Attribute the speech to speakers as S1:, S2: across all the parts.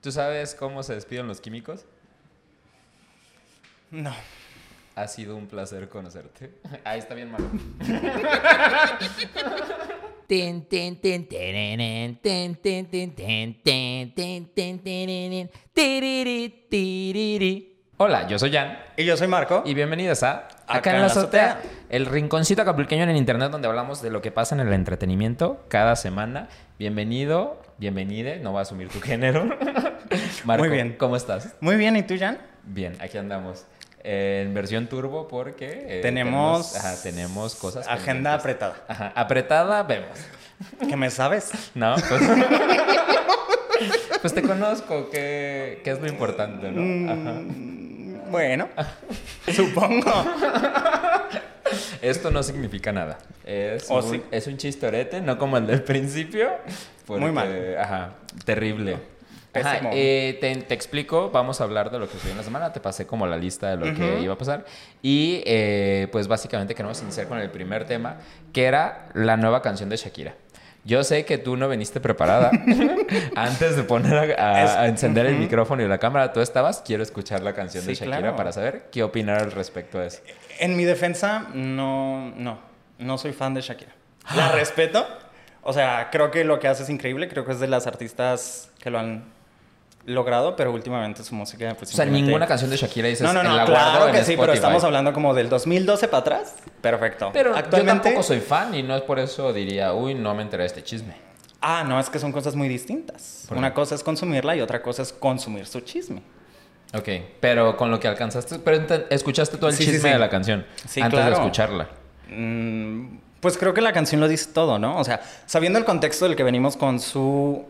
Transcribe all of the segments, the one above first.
S1: ¿Tú sabes cómo se despiden los químicos?
S2: No.
S1: Ha sido un placer conocerte. Ahí está bien malo.
S3: Tin, tin, tin, tirirín, tin, tin, tin, tin, tin, tin, tin, tirirín, tiriri, tiriri.
S1: Hola, yo soy Jan.
S2: Y yo soy Marco.
S1: Y bienvenidos a Acá, en la azotea, el rinconcito acapulqueño en el internet donde hablamos de lo que pasa en el entretenimiento cada semana. Bienvenido, bienvenide, no va a asumir tu género. Marco,
S2: Muy bien.
S1: ¿cómo estás?
S2: Muy bien, ¿y tú, Jan?
S1: Bien, aquí andamos. Eh, en versión turbo porque eh,
S2: Tenemos-
S1: ajá, tenemos cosas
S2: Agenda
S1: pendientes.
S2: apretada.
S1: Ajá, apretada vemos.
S2: ¿Qué me sabes?
S1: No, pues, Pues te conozco, que, que es lo importante, ¿no? Ajá.
S2: Mm, Bueno, supongo.
S1: Esto no significa nada. Es,
S2: O
S1: un,
S2: sí.
S1: es un chistorete, no como el del principio. porque-
S2: Muy mal.
S1: Ajá, terrible. Ajá,
S2: Pésimo.
S1: eh, te, te explico, vamos a hablar de lo que sucedió en la semana, te pasé como la lista de lo que iba a pasar y eh, pues básicamente queremos iniciar con el primer tema, que era la nueva canción de Shakira. Yo sé que tú no viniste preparada antes de poner a, a-
S2: Es-
S1: a encender el micrófono y la cámara, tú estabas, quiero escuchar la canción de
S2: Sí,
S1: Shakira
S2: claro.
S1: para saber qué opinar al respecto a eso.
S2: En mi defensa, no, no, no soy fan de Shakira.
S1: Ah.
S2: La respeto. O sea, creo que lo que hace es increíble. Creo que es de las artistas que lo han logrado, pero últimamente su música... Pues,
S1: O sea,
S2: simplemente-
S1: ninguna canción de Shakira dices
S2: No, no,
S1: "La
S2: no,
S1: guardo
S2: claro
S1: en
S2: que sí, pero
S1: Spotify".
S2: estamos hablando como del 2012 para atrás. Perfecto.
S1: Pero yo tampoco soy fan y no es por eso diría, uy, no me enteré de este chisme.
S2: Ah, no, es que son cosas muy distintas.
S1: ¿Por
S2: Una
S1: qué?
S2: cosa es consumirla y otra cosa es consumir su chisme.
S1: Ok, pero con lo que alcanzaste, pero ente- escuchaste todo el
S2: Sí, sí,
S1: chisme
S2: sí.
S1: de la canción
S2: Sí,
S1: antes de
S2: claro.
S1: escucharla.
S2: Mm, pues creo que la canción lo dice todo, ¿no? O sea, sabiendo el contexto del que venimos con su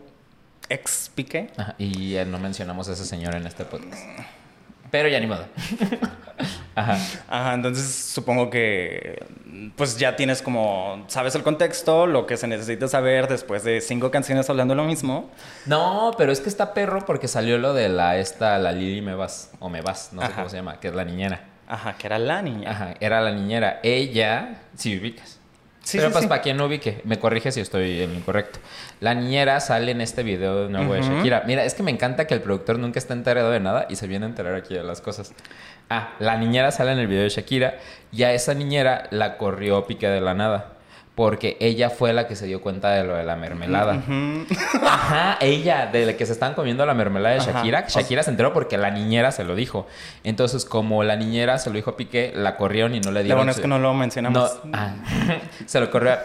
S2: ex pique.
S1: Ajá, y eh, no mencionamos a ese señor en este podcast. Pero ya ni modo. Ajá.
S2: Ajá, entonces supongo que pues ya tienes como, sabes el contexto, lo que se necesita saber después de cinco canciones hablando lo mismo.
S1: No, pero es que está perro porque salió lo de la esta, la Lili me vas, o me vas, no sé
S2: Ajá.
S1: cómo se llama, que es la niñera.
S2: Ajá, que era la niña.
S1: Ajá, era la niñera. Ella, si ubicas.
S2: Sí,
S1: Pero
S2: sí,
S1: pues
S2: sí.
S1: para quien no ubique, me corrige si estoy en lo incorrecto. La niñera sale en este video de nuevo de
S2: Ujú.
S1: Shakira. Mira, es que me encanta que el productor nunca está enterado de nada y se viene a enterar aquí de las cosas. Ah, la niñera sale en el video de Shakira y a esa niñera la corrió Piqué de la nada. Porque ella fue la que se dio cuenta de lo de la mermelada. Ajá, ella, de la que se están comiendo la mermelada de
S2: Ajá.
S1: Shakira.
S2: O sea-
S1: Shakira se enteró porque la niñera se lo dijo. Entonces, como la niñera se lo dijo a Piqué, la corrieron y no le
S2: Lo
S1: dieron.
S2: bueno es
S1: su-
S2: que no
S1: no,
S2: lo mencionamos.
S1: ah, se lo corrió.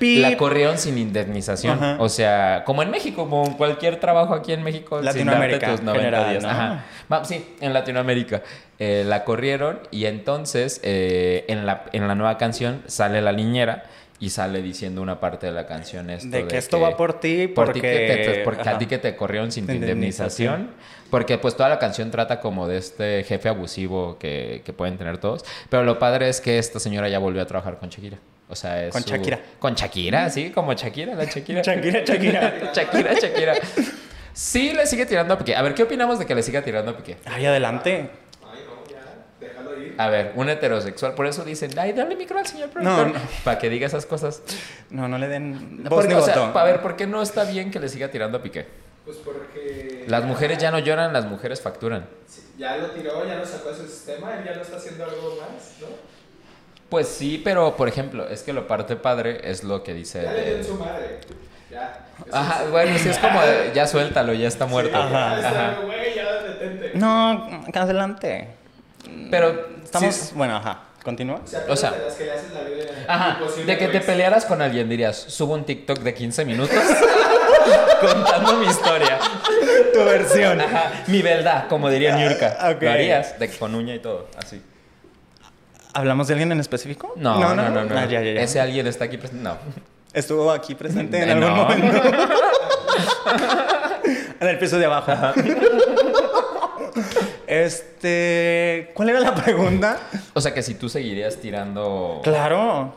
S1: la corrieron sin indemnización.
S2: Ajá.
S1: O sea, como en México, como cualquier trabajo aquí en México. sin
S2: Latinoamérica,
S1: darte tus 90
S2: general,
S1: días.
S2: ¿no?
S1: Ajá. Va, sí, en Latinoamérica. Eh, la corrieron y entonces eh, en, la, en la nueva canción sale la niñera y sale diciendo una parte de la canción esto
S2: De que esto va por ti,
S1: por ti que
S2: porque-
S1: te- porque a
S2: ajá.
S1: ti que te corrieron sin tu
S2: Sin
S1: indemnización. Porque pues toda la canción trata como de este jefe abusivo que, que pueden tener todos. Pero lo padre es que esta señora ya volvió a trabajar con Shakira. O sea, es
S2: Con
S1: su-
S2: Shakira.
S1: Con Shakira, sí, como Shakira, la Shakira.
S2: Shakira, Shakira.
S1: Shakira, Shakira. Sí le sigue tirando a Piqué. A ver, ¿qué opinamos de que le siga tirando a Piqué?
S2: Ay, adelante.
S1: A ver, un heterosexual. Por eso dicen, ay, dale micro al señor productor.
S2: No, no.
S1: Para que diga esas cosas.
S2: No, no le den voz
S1: Porque,
S2: ni
S1: o sea,
S2: voto.
S1: a ver, ¿por qué no está bien que le siga tirando a Piqué?
S4: Pues porque
S1: Las mujeres ya no lloran, las mujeres facturan.
S4: ya lo tiró, ya lo sacó de su sistema, él ya no está haciendo algo más, ¿no?
S1: Pues sí, pero por ejemplo, es que lo parte padre es lo que dice.
S4: Ya le dio en
S1: de-
S4: su madre. Ya. Eso
S1: Ajá, bueno, sí es como de, ya suéltalo, ya está
S4: es-
S1: muerto.
S2: Ajá,
S4: Ya, está,
S1: Ajá.
S4: güey, ya detente.
S2: No, adelante.
S1: Pero
S2: Estamos,
S1: sí-
S2: bueno, ajá, continúa.
S4: O sea,
S1: o sea-
S4: de las que le haces la vida
S1: Ajá,
S4: imposible
S1: de que
S4: a tu
S1: te
S4: ex.
S1: pelearas con alguien dirías, subo un TikTok de 15 minutos contando mi historia.
S2: Tu versión.
S1: Ajá, mi verdad, como diría
S2: Ah,
S1: Niurka.
S2: ok.
S1: Lo harías de, con uña y todo, así.
S2: ¿Hablamos de alguien en específico?
S1: No, no, no, no.
S2: Ah, ya, ya, ya.
S1: Ese alguien está aquí presente. No.
S2: Estuvo aquí presente en
S1: Eh,
S2: algún
S1: no.
S2: momento. en el piso de abajo. este, ¿cuál era la pregunta?
S1: O sea que si tú seguirías tirando.
S2: Claro.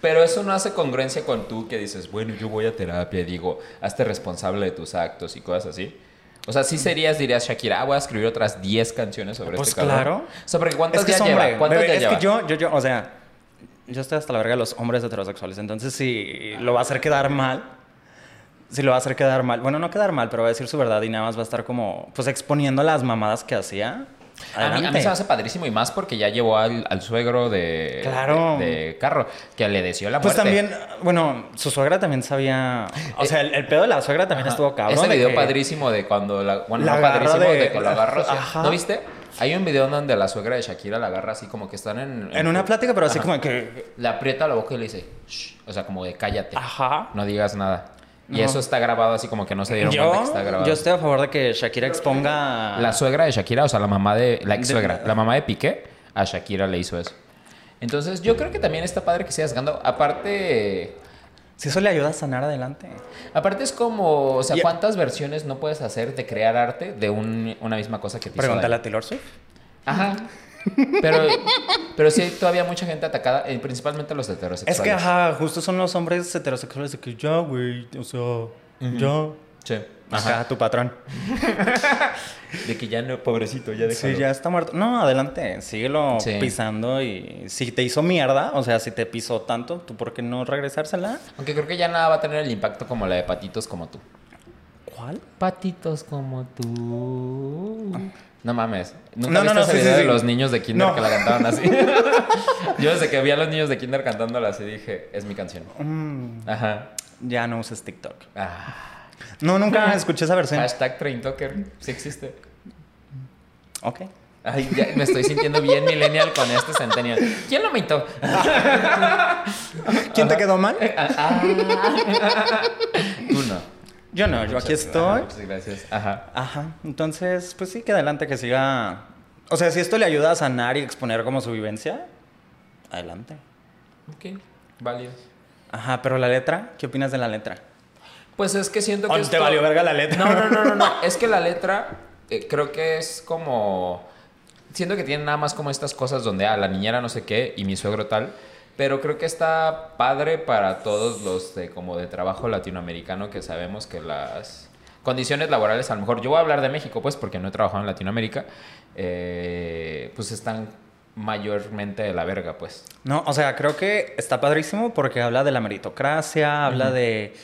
S1: Pero eso no hace congruencia con tú que dices, bueno, yo voy a terapia y digo, hazte responsable de tus actos y cosas así. O sea, sí serías, dirías, Shakira, ah, voy a escribir otras 10 canciones sobre
S2: Mm. Pues
S1: este cabrón.
S2: claro.
S1: O sea, porque ¿cuántas
S2: es que
S1: ya
S2: es hombre,
S1: lleva? ¿Cuántas
S2: bebé,
S1: ya
S2: es
S1: lleva?
S2: que yo yo yo, o sea, yo estoy hasta la verga de los hombres heterosexuales, entonces si lo va a hacer quedar mal, si lo va a hacer quedar mal. Bueno, no quedar mal, pero va a decir su verdad y nada más va a estar como, pues exponiendo las mamadas que hacía.
S1: A mí, a mí
S2: Adelante.
S1: se me hace padrísimo y más porque ya llevó al, al suegro de,
S2: Claro.
S1: de, de Carro, que le deseó la
S2: Pues
S1: muerte.
S2: también, bueno, su suegra también sabía. O sea, el, el pedo de la suegra también estuvo cabrón.
S1: Ese
S2: de
S1: video
S2: que-
S1: padrísimo de cuando la. Bueno,
S2: La
S1: no
S2: agarra
S1: padrísimo
S2: de-
S1: de, que lo agarra. o sea,
S2: Ajá.
S1: ¿No viste? Hay un video donde la suegra de Shakira la agarra así como que están en.
S2: En una plática, pero así
S1: Ajá.
S2: como que.
S1: Le aprieta la boca y le dice, "Shh", o sea, como de cállate.
S2: Ajá.
S1: No digas nada. Y
S2: No.
S1: eso está grabado así como que no se dieron cuenta
S2: Yo,
S1: que está grabado.
S2: yo estoy a favor de que Shakira exponga.
S1: La suegra de Shakira, o sea, la mamá de. La ex suegra,
S2: De-
S1: la mamá de Piqué, a Shakira le hizo eso. Entonces, yo creo que también está padre que sigas ganando. Aparte.
S2: Si eso le ayuda a sanar adelante.
S1: Aparte es como, o sea,
S2: Ya.
S1: ¿cuántas versiones no puedes hacer de crear arte de un- una misma cosa que te hizo
S2: Pregúntale
S1: daño?
S2: a Taylor Swift.
S1: Ajá. Pero, pero sí hay todavía mucha gente atacada, eh, principalmente los
S2: Es que,
S1: heterosexuales.
S2: ajá, justo son los hombres heterosexuales de que ya, güey, o sea, ya.
S1: Sí.
S2: Ajá, tu patrón.
S1: De que ya no, pobrecito, ya
S2: Sí,
S1: déjalo.
S2: ya está muerto. No, adelante, síguelo
S1: Sí.
S2: pisando y si te hizo mierda, o sea, si te pisó tanto, ¿tú por qué no regresársela?
S1: Aunque creo que ya nada va a tener el impacto como la de patitos como tú.
S2: ¿Cuál?
S3: Patitos como tú.
S1: No mames. Nunca
S2: No, no,
S1: viste
S2: no,
S1: ese
S2: sí,
S1: video
S2: sí,
S1: de
S2: sí.
S1: los niños de kinder
S2: No.
S1: que la cantaban así. Yo desde que vi a los niños de kinder cantándola así dije, es mi canción.
S2: Mm.
S1: Ajá.
S2: Ya no uses TikTok.
S1: Ah.
S2: No, nunca escuché esa versión.
S1: Hashtag Train Talker. Sí existe.
S2: Ok.
S1: Ay, ya me estoy sintiendo bien millennial con este centennial. ¿Quién lo mintó?
S2: ¿Quién te quedó mal?
S1: Tú no.
S2: Yo no, yo aquí
S1: Muchas-
S2: estoy.
S1: ajá, muchas gracias. Ajá.
S2: Ajá, entonces, pues sí, que adelante, que siga. O sea, si esto le ayuda a sanar y exponer como su vivencia, adelante.
S1: Ok. Válido.
S2: Ajá, pero la letra, ¿qué opinas de la letra?
S1: Pues es que siento que.
S2: Oh, te
S1: esto-
S2: valió verga la letra.
S1: No, no, no, no. no. es que la letra eh, creo que es como. Siento que tiene nada más como estas cosas donde, ah, la niñera no sé qué y mi suegro tal. Pero creo que está padre para todos los de como de trabajo latinoamericano que sabemos que las condiciones laborales, a lo mejor yo voy a hablar de México, pues porque no he trabajado en Latinoamérica, eh, pues están mayormente de la verga, pues.
S2: No, o sea, creo que está padrísimo porque habla de la meritocracia, habla de,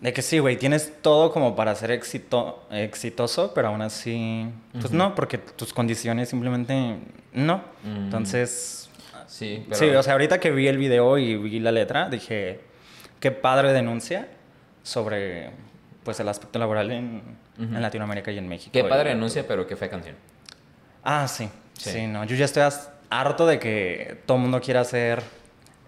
S2: de que sí, güey, tienes todo como para ser exito- exitoso, pero aún así, pues no, porque tus condiciones simplemente no. Entonces,
S1: Sí, pero.
S2: sí, o sea, ahorita que vi el video y vi la letra, dije, qué padre denuncia sobre, pues, el aspecto laboral en, en Latinoamérica y en México.
S1: Qué
S2: y-
S1: padre anuncia, pero qué fea canción.
S2: Ah, sí.
S1: Sí.
S2: Sí, no. Yo ya estoy as- harto de que todo el mundo quiera ser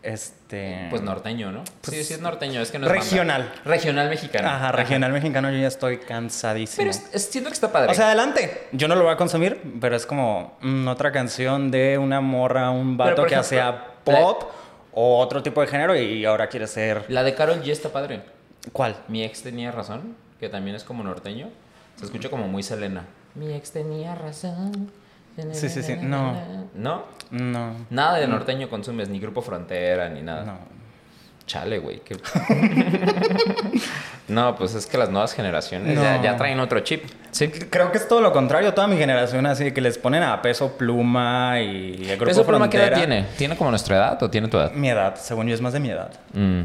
S2: este.
S1: Pues norteño, ¿no? sí, sí es norteño, es que no es banda.
S2: regional.
S1: Regional mexicano.
S2: Ajá, regional mexicano, yo ya estoy cansadísimo.
S1: Pero es- es- siento que está padre.
S2: O sea, adelante. Yo no lo voy a consumir, pero es como mm, otra canción de una morra, un
S1: Pero,
S2: vato
S1: por
S2: que
S1: ejemplo,
S2: hacía pop o otro tipo de género y ahora quiere ser.
S1: la de Carol G está padre.
S2: ¿Cuál?
S1: Mi ex tenía razón, que también es como norteño. Se escucha como muy Selena.
S3: Mi ex tenía razón.
S2: Sí, sí, sí. No.
S1: ¿No?
S2: No.
S1: Nada de norteño consumes, ni Grupo Frontera, ni nada.
S2: No.
S1: Chale, güey. qué- no, pues es que las nuevas generaciones
S2: No.
S1: ya, ya traen otro chip. Sí.
S2: Creo que es todo lo contrario. Toda mi generación así que les ponen a peso pluma y el grupo
S1: ¿Peso Pluma qué edad
S2: Frontera.
S1: tiene? ¿Tiene como nuestra edad o tiene tu edad?
S2: Mi edad, según yo es más de mi edad.
S1: Mm,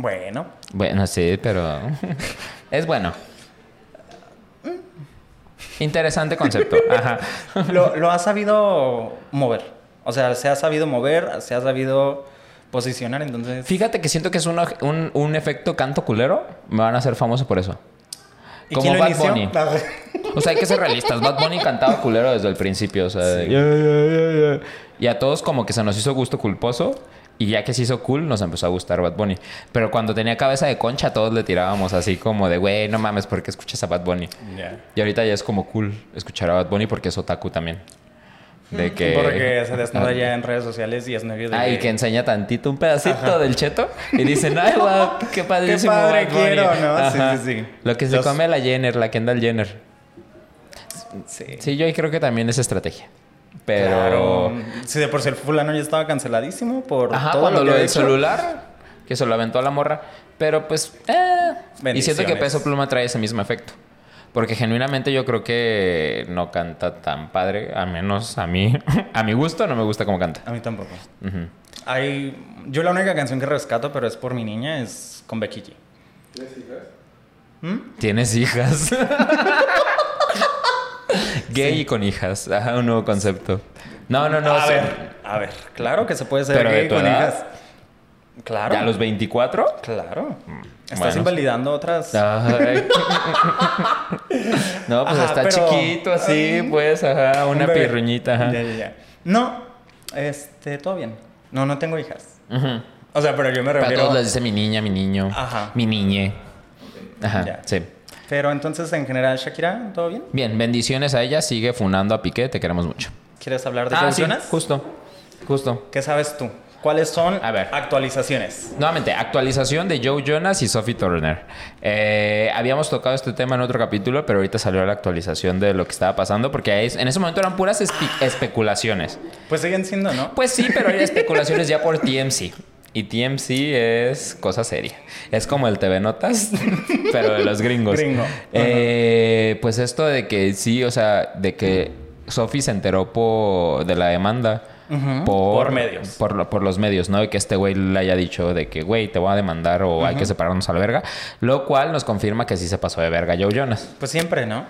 S2: Bueno,
S1: bueno, sí, pero... es bueno.
S2: Mm.
S1: Interesante concepto. Ajá.
S2: lo, lo ha sabido mover. O sea, se ha sabido mover, se ha sabido posicionar, entonces...
S1: Fíjate que siento que es un, un, un efecto canto culero. Me van a hacer famoso por eso.
S2: ¿Y
S1: como
S2: quién lo
S1: Bad
S2: inició? Ah,
S1: Bunny. O sea, hay que ser realistas. Bad Bunny cantaba culero desde el principio. O sea, de- Y a todos como que se nos hizo gusto culposo. Y ya que se hizo cool, nos empezó a gustar Bad Bunny. Pero cuando tenía cabeza de concha, todos le tirábamos así como de, güey, no mames, ¿por qué escuchas a Bad Bunny?
S2: Ya.
S1: Y ahorita ya es como cool escuchar a Bad Bunny porque es otaku también. De
S2: Mm.
S1: que...
S2: Porque se desnuda ya en redes sociales y es novio de...
S1: Eh, Ah, y que enseña tantito, un pedacito del cheto. Y dicen, ay, guau, qué padrísimo.
S2: Qué padre
S1: Bad Bunny".
S2: quiero, ¿no? Sí, sí, sí.
S1: Lo que se
S2: Los-
S1: come la Jenner, la Kendall Jenner.
S2: Sí.
S1: Sí, yo creo que también es estrategia. Pero.
S2: Claro. Si de por sí el fulano ya estaba canceladísimo por
S1: Ajá,
S2: todo
S1: cuando
S2: lo
S1: lo,
S2: que ha
S1: del
S2: hecho.
S1: celular, que se lo aventó a la morra. Pero pues. eh, Y siento que
S2: Bendiciones.
S1: Peso Pluma trae ese mismo efecto. Porque genuinamente yo creo que no canta tan padre, al menos a mí, a mi gusto no me gusta cómo canta.
S2: A mí tampoco.
S1: Ujú.
S2: Hay... Yo la única canción que rescato, pero es por mi niña, es con Becky G.
S4: ¿Les hijas?
S1: Tienes hijas. Gay y con hijas. Ajá, un nuevo concepto. No, no, no.
S2: a
S1: o sea,
S2: ver, a ver, claro que se puede ser
S1: Pero de
S2: gay
S1: tu
S2: con
S1: edad.
S2: hijas. Claro.
S1: ¿Ya a los 24?
S2: Claro. Estás
S1: bueno.
S2: invalidando otras.
S1: Ay. no, pues
S2: Ajá,
S1: está
S2: pero-
S1: chiquito así, pues, ajá, una
S2: Un bebé.
S1: pirruñita, ajá.
S2: Ya, ya, ya. No, este, todo bien. No, no tengo hijas.
S1: Ujú.
S2: O sea, pero yo me
S1: Para
S2: refiero.
S1: todos les dice mi niña, mi niño,
S2: Ajá.
S1: mi niñe. Ajá,
S2: Ya.
S1: sí.
S2: Pero entonces, en general, Shakira, ¿todo bien?
S1: Bien, bendiciones a ella, sigue funando a Piqué, te queremos mucho.
S2: ¿Quieres hablar de
S1: Ah, sí,
S2: canciones?
S1: justo, justo.
S2: ¿Qué sabes tú? ¿Cuáles son
S1: A ver.
S2: actualizaciones?
S1: Nuevamente, actualización de Joe Jonas y Sophie Turner. Eh, habíamos tocado este tema en otro capítulo, pero ahorita salió la actualización de lo que estaba pasando, porque ahí es- en ese momento eran puras espe- especulaciones.
S2: Pues siguen siendo, ¿no?
S1: Pues sí, pero hay especulaciones ya por TMC. Y TMC es cosa seria. Es como el TV Notas, pero de los gringos.
S2: Gringo.
S1: Eh, Pues esto de que sí, o sea, de que Sophie se enteró por, de la demanda.
S2: Por medios.
S1: Por, lo- por los medios, ¿no? Y que este güey le haya dicho de que, güey, te voy a demandar o hay que separarnos a la verga. Lo cual nos confirma que sí se pasó de verga Joe Jonas.
S2: Pues siempre, ¿no?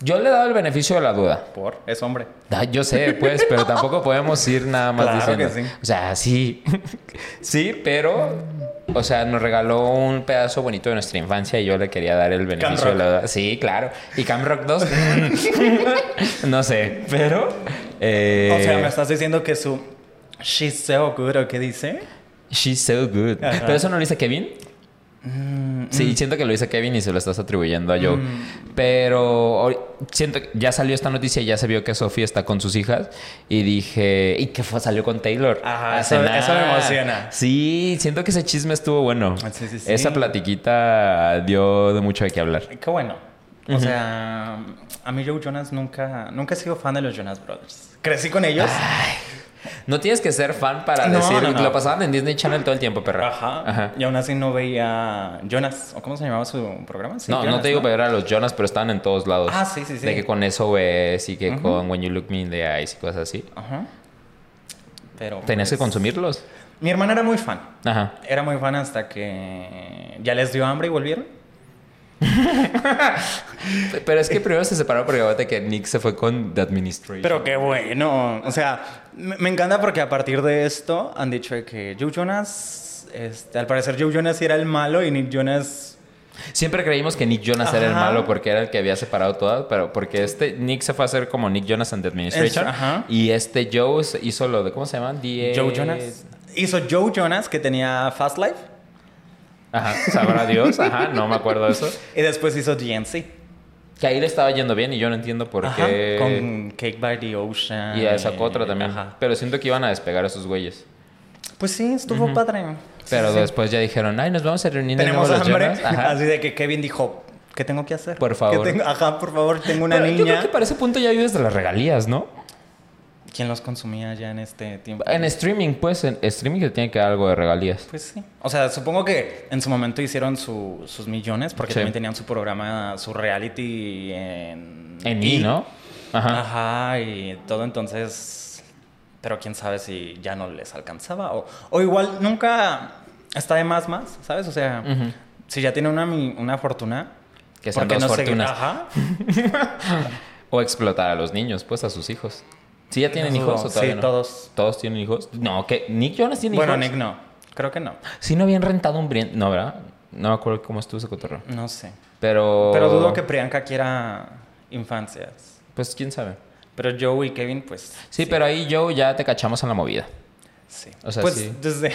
S1: Yo le he dado el beneficio de la duda.
S2: Por, es hombre.
S1: Ah, yo sé, pues, pero tampoco podemos ir nada más
S2: Claro que
S1: diciendo.
S2: sí.
S1: O sea, sí. sí, pero. O sea, nos regaló un pedazo bonito de nuestra infancia y yo le quería dar el beneficio de la duda. Sí, claro. Y Cam Rock 2. no sé, pero. eh,
S2: O sea, me estás diciendo que su she's so good o qué dice.
S1: She's so good.
S2: Ajá.
S1: Pero eso no lo dice Kevin.
S2: Mm,
S1: Sí, siento que lo dice Kevin y se lo estás atribuyendo a Joe. Pero hoy- siento que ya salió esta noticia, ya se vio que Sofía está con sus hijas y dije, y que fue, salió con Taylor.
S2: Ajá,
S1: a
S2: eso-
S1: cenar.
S2: eso me emociona. Ah,
S1: Sí, siento que ese chisme estuvo bueno.
S2: Sí, sí, sí.
S1: Esa platiquita dio de mucho de qué hablar.
S2: Qué bueno. O sea, a mí Joe Jonas nunca, nunca he sido fan de los Jonas Brothers. Crecí con ellos.
S1: No tienes que ser fan para
S2: No,
S1: decir,
S2: no, no.
S1: lo pasaban en Disney Channel todo el tiempo, perra.
S2: Ajá. Y aún así no veía Jonas. ¿O cómo se llamaba su programa? Sí,
S1: no, no
S2: Jonas,
S1: te digo que eran los Jonas, pero estaban en todos lados.
S2: Ah, sí, sí, sí.
S1: De que con eso ves y que con When You Look Me in the Eyes y cosas así.
S2: Ajá. Pero.
S1: Tenías que
S2: pues,
S1: consumirlos.
S2: Mi hermana era muy fan.
S1: Ajá.
S2: Era muy fan hasta que ya les dio hambre y volvieron.
S1: Pero es que primero se separó porque acuérdate que Nick se fue con The Administration.
S2: Pero qué bueno. O sea, me me encanta porque a partir de esto han dicho de que Joe Jonas, este, al parecer Joe Jonas era el malo y Nick Jonas...
S1: Siempre creímos que Nick Jonas era el
S2: Ajá.
S1: malo porque era el que había separado todas, pero porque este Nick se fue a hacer como Nick Jonas and The Administration.
S2: Es- ajá.
S1: Y este Joe se hizo lo de, ¿cómo se llama? DA...
S2: Joe Jonas. Hizo Joe Jonas que tenía Fast Life
S1: Ajá, sabrá Dios. Ajá, no me acuerdo de eso.
S2: y después hizo DNC.
S1: Que ahí le estaba yendo bien y yo no entiendo por
S2: Ajá,
S1: qué.
S2: Con Cake by the Ocean.
S1: Y a sacó otra también.
S2: Ajá.
S1: Pero siento que iban a despegar a esos güeyes.
S2: Pues sí, estuvo padre.
S1: Pero
S2: Sí, sí.
S1: después ya dijeron, ay, nos vamos a reunir de
S2: Tenemos
S1: nuevo los
S2: hambre.
S1: Jonas". Ajá.
S2: Así de que Kevin dijo, ¿qué tengo que hacer?
S1: Por
S2: ¿Qué
S1: favor.
S2: tengo- Ajá, por favor, tengo una
S1: Pero Yo creo
S2: niña.
S1: que para ese punto ya vives de las regalías, ¿no?
S2: ¿Quién los consumía ya en este tiempo?
S1: En streaming, pues, en streaming te tiene que dar algo de regalías.
S2: Pues sí. O sea, supongo que en su momento hicieron su- sus millones porque
S1: Sí.
S2: también tenían su programa, su reality en...
S1: En mí,
S2: E!
S1: ¿no? Ajá.
S2: Ajá, y todo entonces... Pero quién sabe si ya no les alcanzaba o, o igual nunca está de más más, ¿sabes? O sea, si ya tiene una, mi- una fortuna...
S1: Que sean
S2: ¿por qué
S1: dos
S2: seguir?
S1: fortunas.
S2: Ajá. Ah.
S1: O explotar a los niños, pues, a sus hijos. ¿Sí ya tienen
S2: No dudo.
S1: hijos o todavía
S2: Sí,
S1: no?
S2: todos.
S1: ¿Todos tienen hijos? No, que Nick Jonas tiene
S2: Bueno,
S1: hijos.
S2: Nick no. Creo que no.
S1: Sí, no habían rentado un brien... No, ¿verdad? No me acuerdo cómo estuvo ese cotorreo.
S2: No sé.
S1: Pero...
S2: Pero dudo que Priyanka quiera infancias.
S1: Pues, quién sabe.
S2: Pero Joe y Kevin, pues.
S1: Sí, pero ahí, Joe, ya te cachamos en la movida.
S2: Sí.
S1: o sea,
S2: pues
S1: sí.
S2: desde.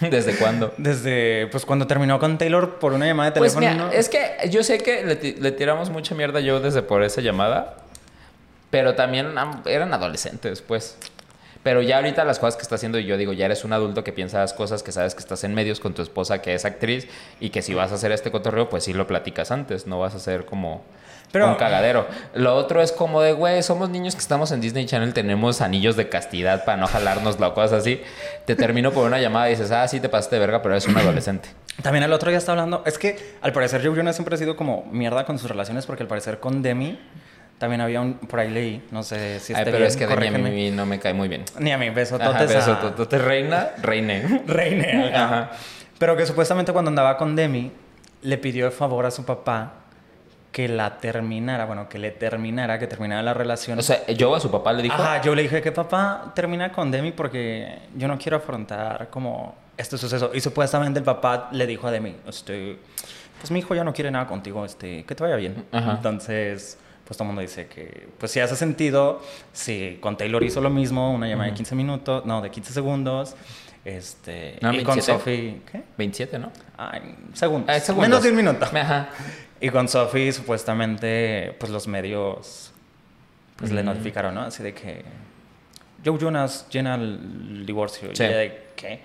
S1: ¿Desde cuándo?
S2: Desde. Pues cuando terminó con Taylor por una llamada de
S1: Pues
S2: teléfono.
S1: mira,
S2: ¿no?
S1: es que yo sé que le, ti- le tiramos mucha mierda a Joe desde por esa llamada, pero también am- eran adolescentes, pues. Pero ya ahorita las cosas que está haciendo, y yo digo, ya eres un adulto que piensa las cosas, que sabes que estás en medios con tu esposa, que es actriz, y que si vas a hacer este cotorreo, pues sí lo platicas antes, no vas a ser como
S2: Pero-
S1: un cagadero. Lo otro es como de, güey, somos niños que estamos en Disney Channel, tenemos anillos de castidad para no jalarnos la cosa así. Te termino por una llamada y dices, ah, sí te pasaste de verga, pero eres un adolescente.
S2: También el otro día está hablando. Es que al parecer Joe Jonas siempre ha sido como mierda con sus relaciones porque al parecer con Demi también había un. Por ahí leí. No sé si
S1: Ay,
S2: esté
S1: pero
S2: bien,
S1: es que Demi a
S2: corrígeme.
S1: mí no me cae muy bien.
S2: Ni a mí, beso
S1: Ajá,
S2: totes
S1: beso,
S2: a-
S1: totote, reina, reine.
S2: Reine. ajá.
S1: Ajá.
S2: Pero que supuestamente cuando andaba con Demi, le pidió de favor a su papá que la terminara, bueno, que le terminara, que terminara la relación.
S1: O sea, yo a su papá le dijo.
S2: Ajá, yo le dije que papá termina con Demi porque yo no quiero afrontar como este suceso. Y supuestamente el papá le dijo a Demi, este, pues mi hijo ya no quiere nada contigo, este, que te vaya bien.
S1: Ajá.
S2: Entonces, pues todo el mundo dice que, pues si hace sentido, si con Taylor hizo lo mismo, una llamada de 15 minutos, no, de 15 segundos, este,
S1: No,
S2: y con
S1: 27.
S2: Sophie, ¿qué?
S1: 27, ¿no?
S2: Ay, segundos.
S1: Ah, segundos.
S2: Menos de un minuto.
S1: Ajá.
S2: Y con Sophie, supuestamente, pues los medios pues le notificaron, ¿no? Así de que Joe Jonas llena el divorcio.
S1: Sí.
S2: Y ella de qué.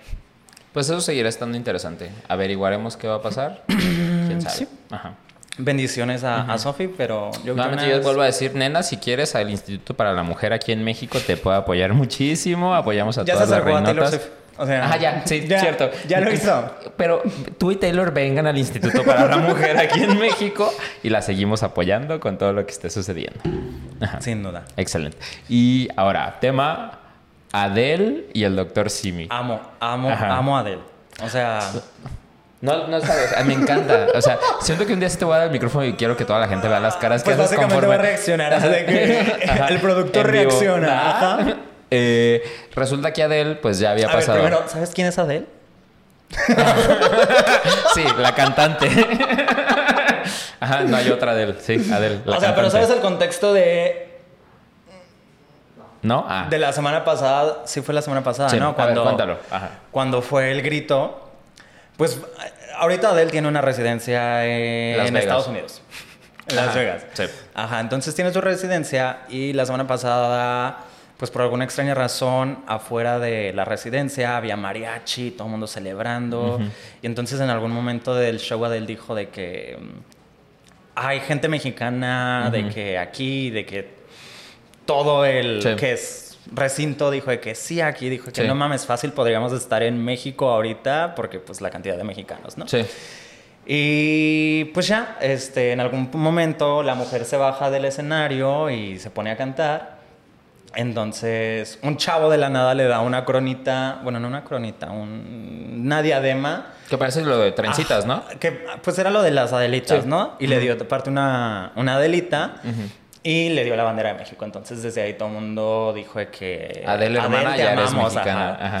S1: Pues eso seguirá estando interesante. Averiguaremos qué va a pasar. ¿Quién sabe?
S2: sí.
S1: Ajá.
S2: Bendiciones a, a Sophie, pero Joe
S1: Nuevamente
S2: Jonas.
S1: yo vuelvo a decir, nena, si quieres al Instituto para la Mujer aquí en México, te puede apoyar muchísimo. Apoyamos a
S2: Ya se
S1: todas las
S2: acercó a Taylor
S1: reinotas.
S2: Swift. O sea,
S1: Ajá, ya, sí,
S2: ya-
S1: cierto.
S2: Ya lo hizo.
S1: Pero tú y Taylor vengan al Instituto para la Mujer aquí en México y la seguimos apoyando con todo lo que esté sucediendo. Ajá.
S2: Sin duda.
S1: Excelente. Y ahora, tema Adele y el doctor Simi.
S2: Amo, amo,
S1: Ajá.
S2: amo a Adele. O sea,
S1: No, no sabes, a mí me encanta. O sea, siento que un día sí te voy a dar el micrófono y quiero que toda la gente vea las caras
S2: pues
S1: que haces
S2: básicamente va
S1: conforme-
S2: a reaccionar. así de que
S1: Ajá.
S2: el productor
S1: En vivo.
S2: reacciona.
S1: Ajá.
S2: Ajá.
S1: Eh, resulta que Adele, pues ya había
S2: A ver,
S1: pasado.
S2: primero, ¿sabes quién es Adele?
S1: Sí, la cantante. Ajá, no hay otra Adele. Sí, Adele. La
S2: o sea, pero
S1: cantante.
S2: ¿sabes el contexto de
S1: ¿No? Ah.
S2: De la semana pasada, sí fue la semana pasada,
S1: Sí, a
S2: ¿no?
S1: ver, cuéntalo, ajá.
S2: Cuando fue el grito, pues ahorita Adele tiene una residencia eh,
S1: Las
S2: en
S1: Vegas.
S2: Estados Unidos. En Las
S1: Ajá,
S2: Vegas.
S1: sí.
S2: Ajá, entonces tiene su residencia y la semana pasada, pues por alguna extraña razón, afuera de la residencia había mariachi, todo el mundo celebrando. Y entonces en algún momento del show Adele dijo de que mm, hay gente mexicana, de que aquí, de que todo el
S1: Sí.
S2: que es recinto dijo de que sí aquí, dijo que
S1: Sí.
S2: no mames fácil, podríamos estar en México ahorita porque pues la cantidad de mexicanos, ¿no?
S1: Sí.
S2: Y pues ya, este, en algún momento la mujer se baja del escenario y se pone a cantar. Entonces, un chavo de la nada le da una cronita, bueno, no una cronita, un, una diadema.
S1: Que parece lo de trencitas, ¿no?
S2: Ah, Que pues era lo de las adelitas,
S1: Sí.
S2: ¿no? Y le dio aparte una, una adelita y le dio la bandera de México. Entonces desde ahí todo el mundo dijo de que...
S1: Adele, hermana,
S2: te
S1: ya eres
S2: Eh, amamos",
S1: mexicana.
S2: ajá.
S1: Ajá.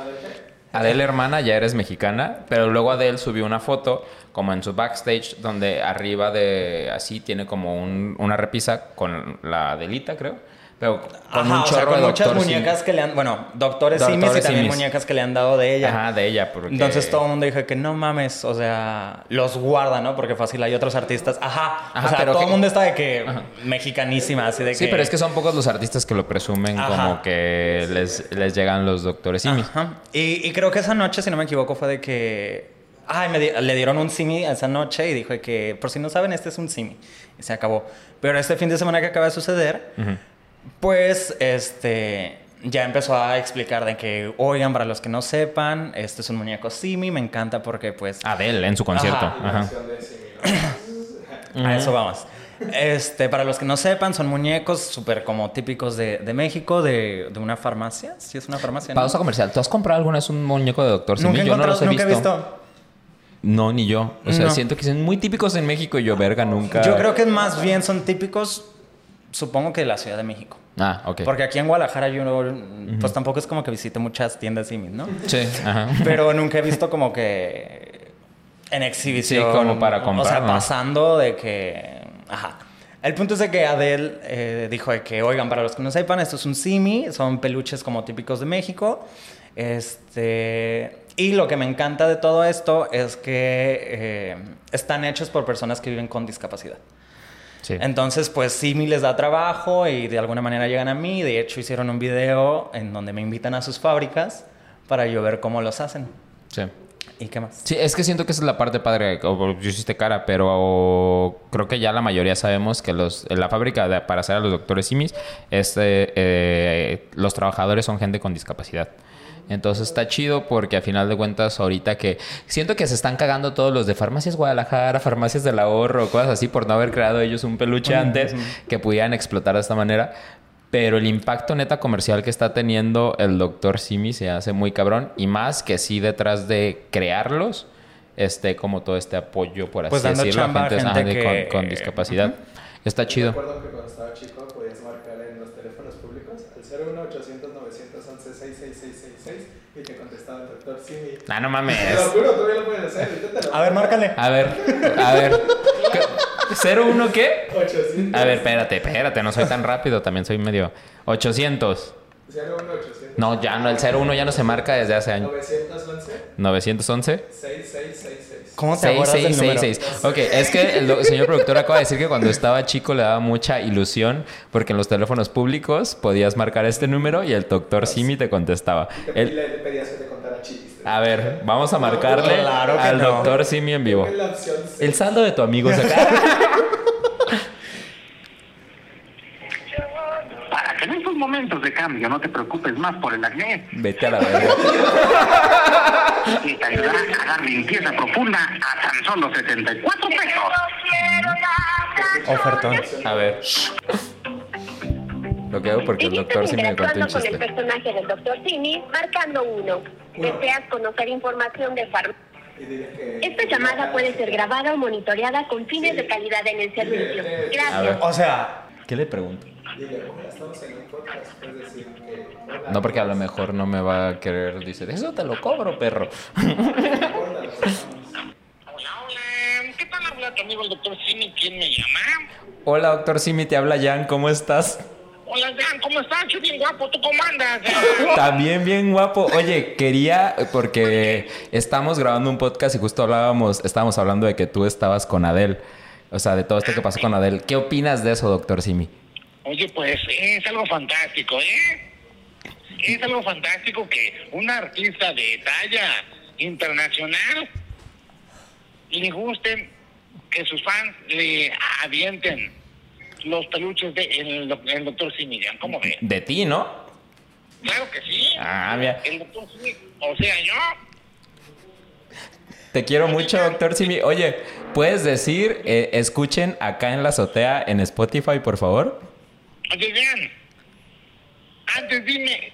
S4: A ver qué.
S1: Adele, hermana, ya eres mexicana. Pero luego Adele subió una foto, como en su backstage, donde arriba de así tiene como un- una repisa con la Adelita, creo. Pero con
S2: Ajá,
S1: un
S2: o
S1: chorro
S2: sea, con
S1: de
S2: muchas
S1: Dr. Simi.
S2: muñecas que le han... Bueno, doctores,
S1: Doctores
S2: simis y también
S1: simis.
S2: muñecas que le han dado de ella.
S1: Ajá, de ella. Porque...
S2: Entonces todo el mundo dijo que no mames, o sea, los guarda, ¿no? Porque fácil hay otros artistas. Ajá,
S1: Ajá,
S2: o sea,
S1: pero
S2: todo
S1: que-
S2: el mundo está de que mexicanísima, así de que...
S1: Sí, pero es que son pocos los artistas que lo presumen
S2: Ajá.
S1: como que les, les llegan los doctores Simi.
S2: Ajá. Y, y creo que esa noche, si no me equivoco, fue de que. Ay, me di- le dieron un simi esa noche y dijo de que, por si no saben, este es un simi. Y se acabó. Pero este fin de semana que acaba de suceder, pues este. Ya empezó a explicar de que, oigan, para los que no sepan, este es un muñeco simi, me encanta porque, pues,
S1: Adele en su concierto.
S2: Ajá.
S1: Ajá.
S4: Canción de Simi, ¿no?
S2: A eso vamos. Este, para los que no sepan, son muñecos súper como típicos de, de México, de, de una farmacia. Sí, es una farmacia. ¿no?
S1: Pausa comercial. ¿Tú has comprado alguna vez un muñeco de doctor Simi?
S2: Nunca he
S1: yo no
S2: encontrado-
S1: los he
S2: nunca
S1: visto.
S2: he visto.
S1: No, ni yo. O sea,
S2: No.
S1: siento que son muy típicos en México y yo, verga, nunca.
S2: Yo creo que más bien son típicos, supongo que de la Ciudad de México.
S1: Ah, ok.
S2: Porque aquí en Guadalajara yo, no- pues tampoco es como que visite muchas tiendas simis, ¿no?
S1: Sí, ajá.
S2: Pero nunca he visto como que en exhibición.
S1: Sí, como para
S2: O
S1: comprar,
S2: sea,
S1: ¿no?
S2: pasando de que... Ajá. El punto es de que Adele eh, dijo de que, oigan, para los que no sepan, esto es un simi, son peluches como típicos de México. Este... Y lo que me encanta de todo esto es que eh, están hechos por personas que viven con discapacidad.
S1: Sí.
S2: Entonces, pues Simi les da trabajo y de alguna manera llegan a mí. De hecho, hicieron un video en donde me invitan a sus fábricas para yo ver cómo los hacen.
S1: Sí.
S2: ¿Y qué más?
S1: Sí, es que siento que esa es la parte padre. o- o- Yo hiciste cara, pero o, creo que ya la mayoría sabemos que los, en la fábrica de- para hacer a los doctores simis, este, eh, los trabajadores son gente con discapacidad. Entonces está chido porque a final de cuentas ahorita que siento que se están cagando todos los de farmacias Guadalajara, farmacias del ahorro, cosas así por no haber creado ellos un peluche antes que pudieran explotar de esta manera. Pero el impacto neta comercial que está teniendo el doctor Simi se hace muy cabrón. Y más que sí detrás de crearlos este, como todo este apoyo, por así
S2: Pues dando
S1: decirlo,
S2: chamba a
S1: ajá,
S2: gente
S1: de- con-
S2: que-
S1: con, discapacidad. Está chido.
S4: Recuerdo que cuando estaba chico podías marcar en los teléfonos públicos al 01 800 911 66666 y te contestaba el doctor Simi.
S1: Ah, no mames.
S4: Te lo juro, todavía lo puedes hacer. inténtalo.
S2: A ver, márcale.
S1: A ver, a ver. ¿Qué? ¿01 qué?
S4: 800.
S1: A ver, espérate, espérate, no soy tan rápido, también soy medio. 800.
S4: 01 800.
S1: No, ya no, el 01 ya no se marca desde hace años.
S4: 911
S1: 911.
S4: 6666.
S2: ¿Cómo te acuerdas del número?
S1: 6666. Ok, es que el do- señor productor acaba de decir que cuando estaba chico le daba mucha ilusión porque en los teléfonos públicos podías marcar este número y el doctor Simi te contestaba.
S4: Te-
S1: El-
S4: le, le pedías que te contara chistes.
S1: a ver, vamos a marcarle
S2: Claro que
S1: al
S2: no.
S1: doctor Simi en vivo.
S4: Es la opción C.
S1: El saldo de tu amigo se acaba.
S5: Para que en estos momentos de cambio no te preocupes más por el acné
S1: Vete a la verga.
S5: y te ayudará a dar limpieza profunda a tan solo 74 pesos.
S2: Ofertón.
S1: A ver. Lo que hago porque el doctor Simi me contó un
S6: con el
S1: chiste.
S6: personaje del doctor Simi, marcando uno. Deseas conocer información de farmacia.
S4: Y diles que-
S6: Esta llamada puede ser grabada o monitoreada con fines de calidad en el servicio.
S4: eh,
S1: A ver.
S6: Gracias.
S2: O sea,
S1: ¿Qué le pregunto?
S4: Dile, hola, estamos en un podcast. Puedes decir que. hola,
S1: No, porque a lo mejor no me va a querer. Dice, eso te lo cobro, perro.
S4: hola, nos vemos.
S5: Hola, hola. ¿Qué tal habla tu amigo el doctor Simi? ¿Quién me llama?
S1: Hola, doctor Simi, te habla Jan, ¿cómo estás?
S5: Hola, Dan, ¿cómo estás? Yo bien guapo, ¿tú cómo andas?
S1: También bien guapo. Oye, quería, porque estamos grabando un podcast y justo hablábamos, estábamos hablando de que tú estabas con Adel. O sea, de todo esto que pasó con Adel. ¿Qué opinas de eso, doctor Simi?
S5: Oye, pues es algo fantástico, ¿eh? Es algo fantástico que un artista de talla internacional le guste que sus fans le avienten los peluches de el, doc- el doctor Similian. ¿Cómo ve?
S1: De ti, ¿no?
S5: Claro que sí.
S1: Ah, mira.
S5: El doctor Simi, o sea, yo.
S1: Te quiero mucho, doctor Simi. Oye, ¿puedes decir, eh, escuchen acá en la azotea en Spotify, por favor?
S5: Oye, Dan, antes dime,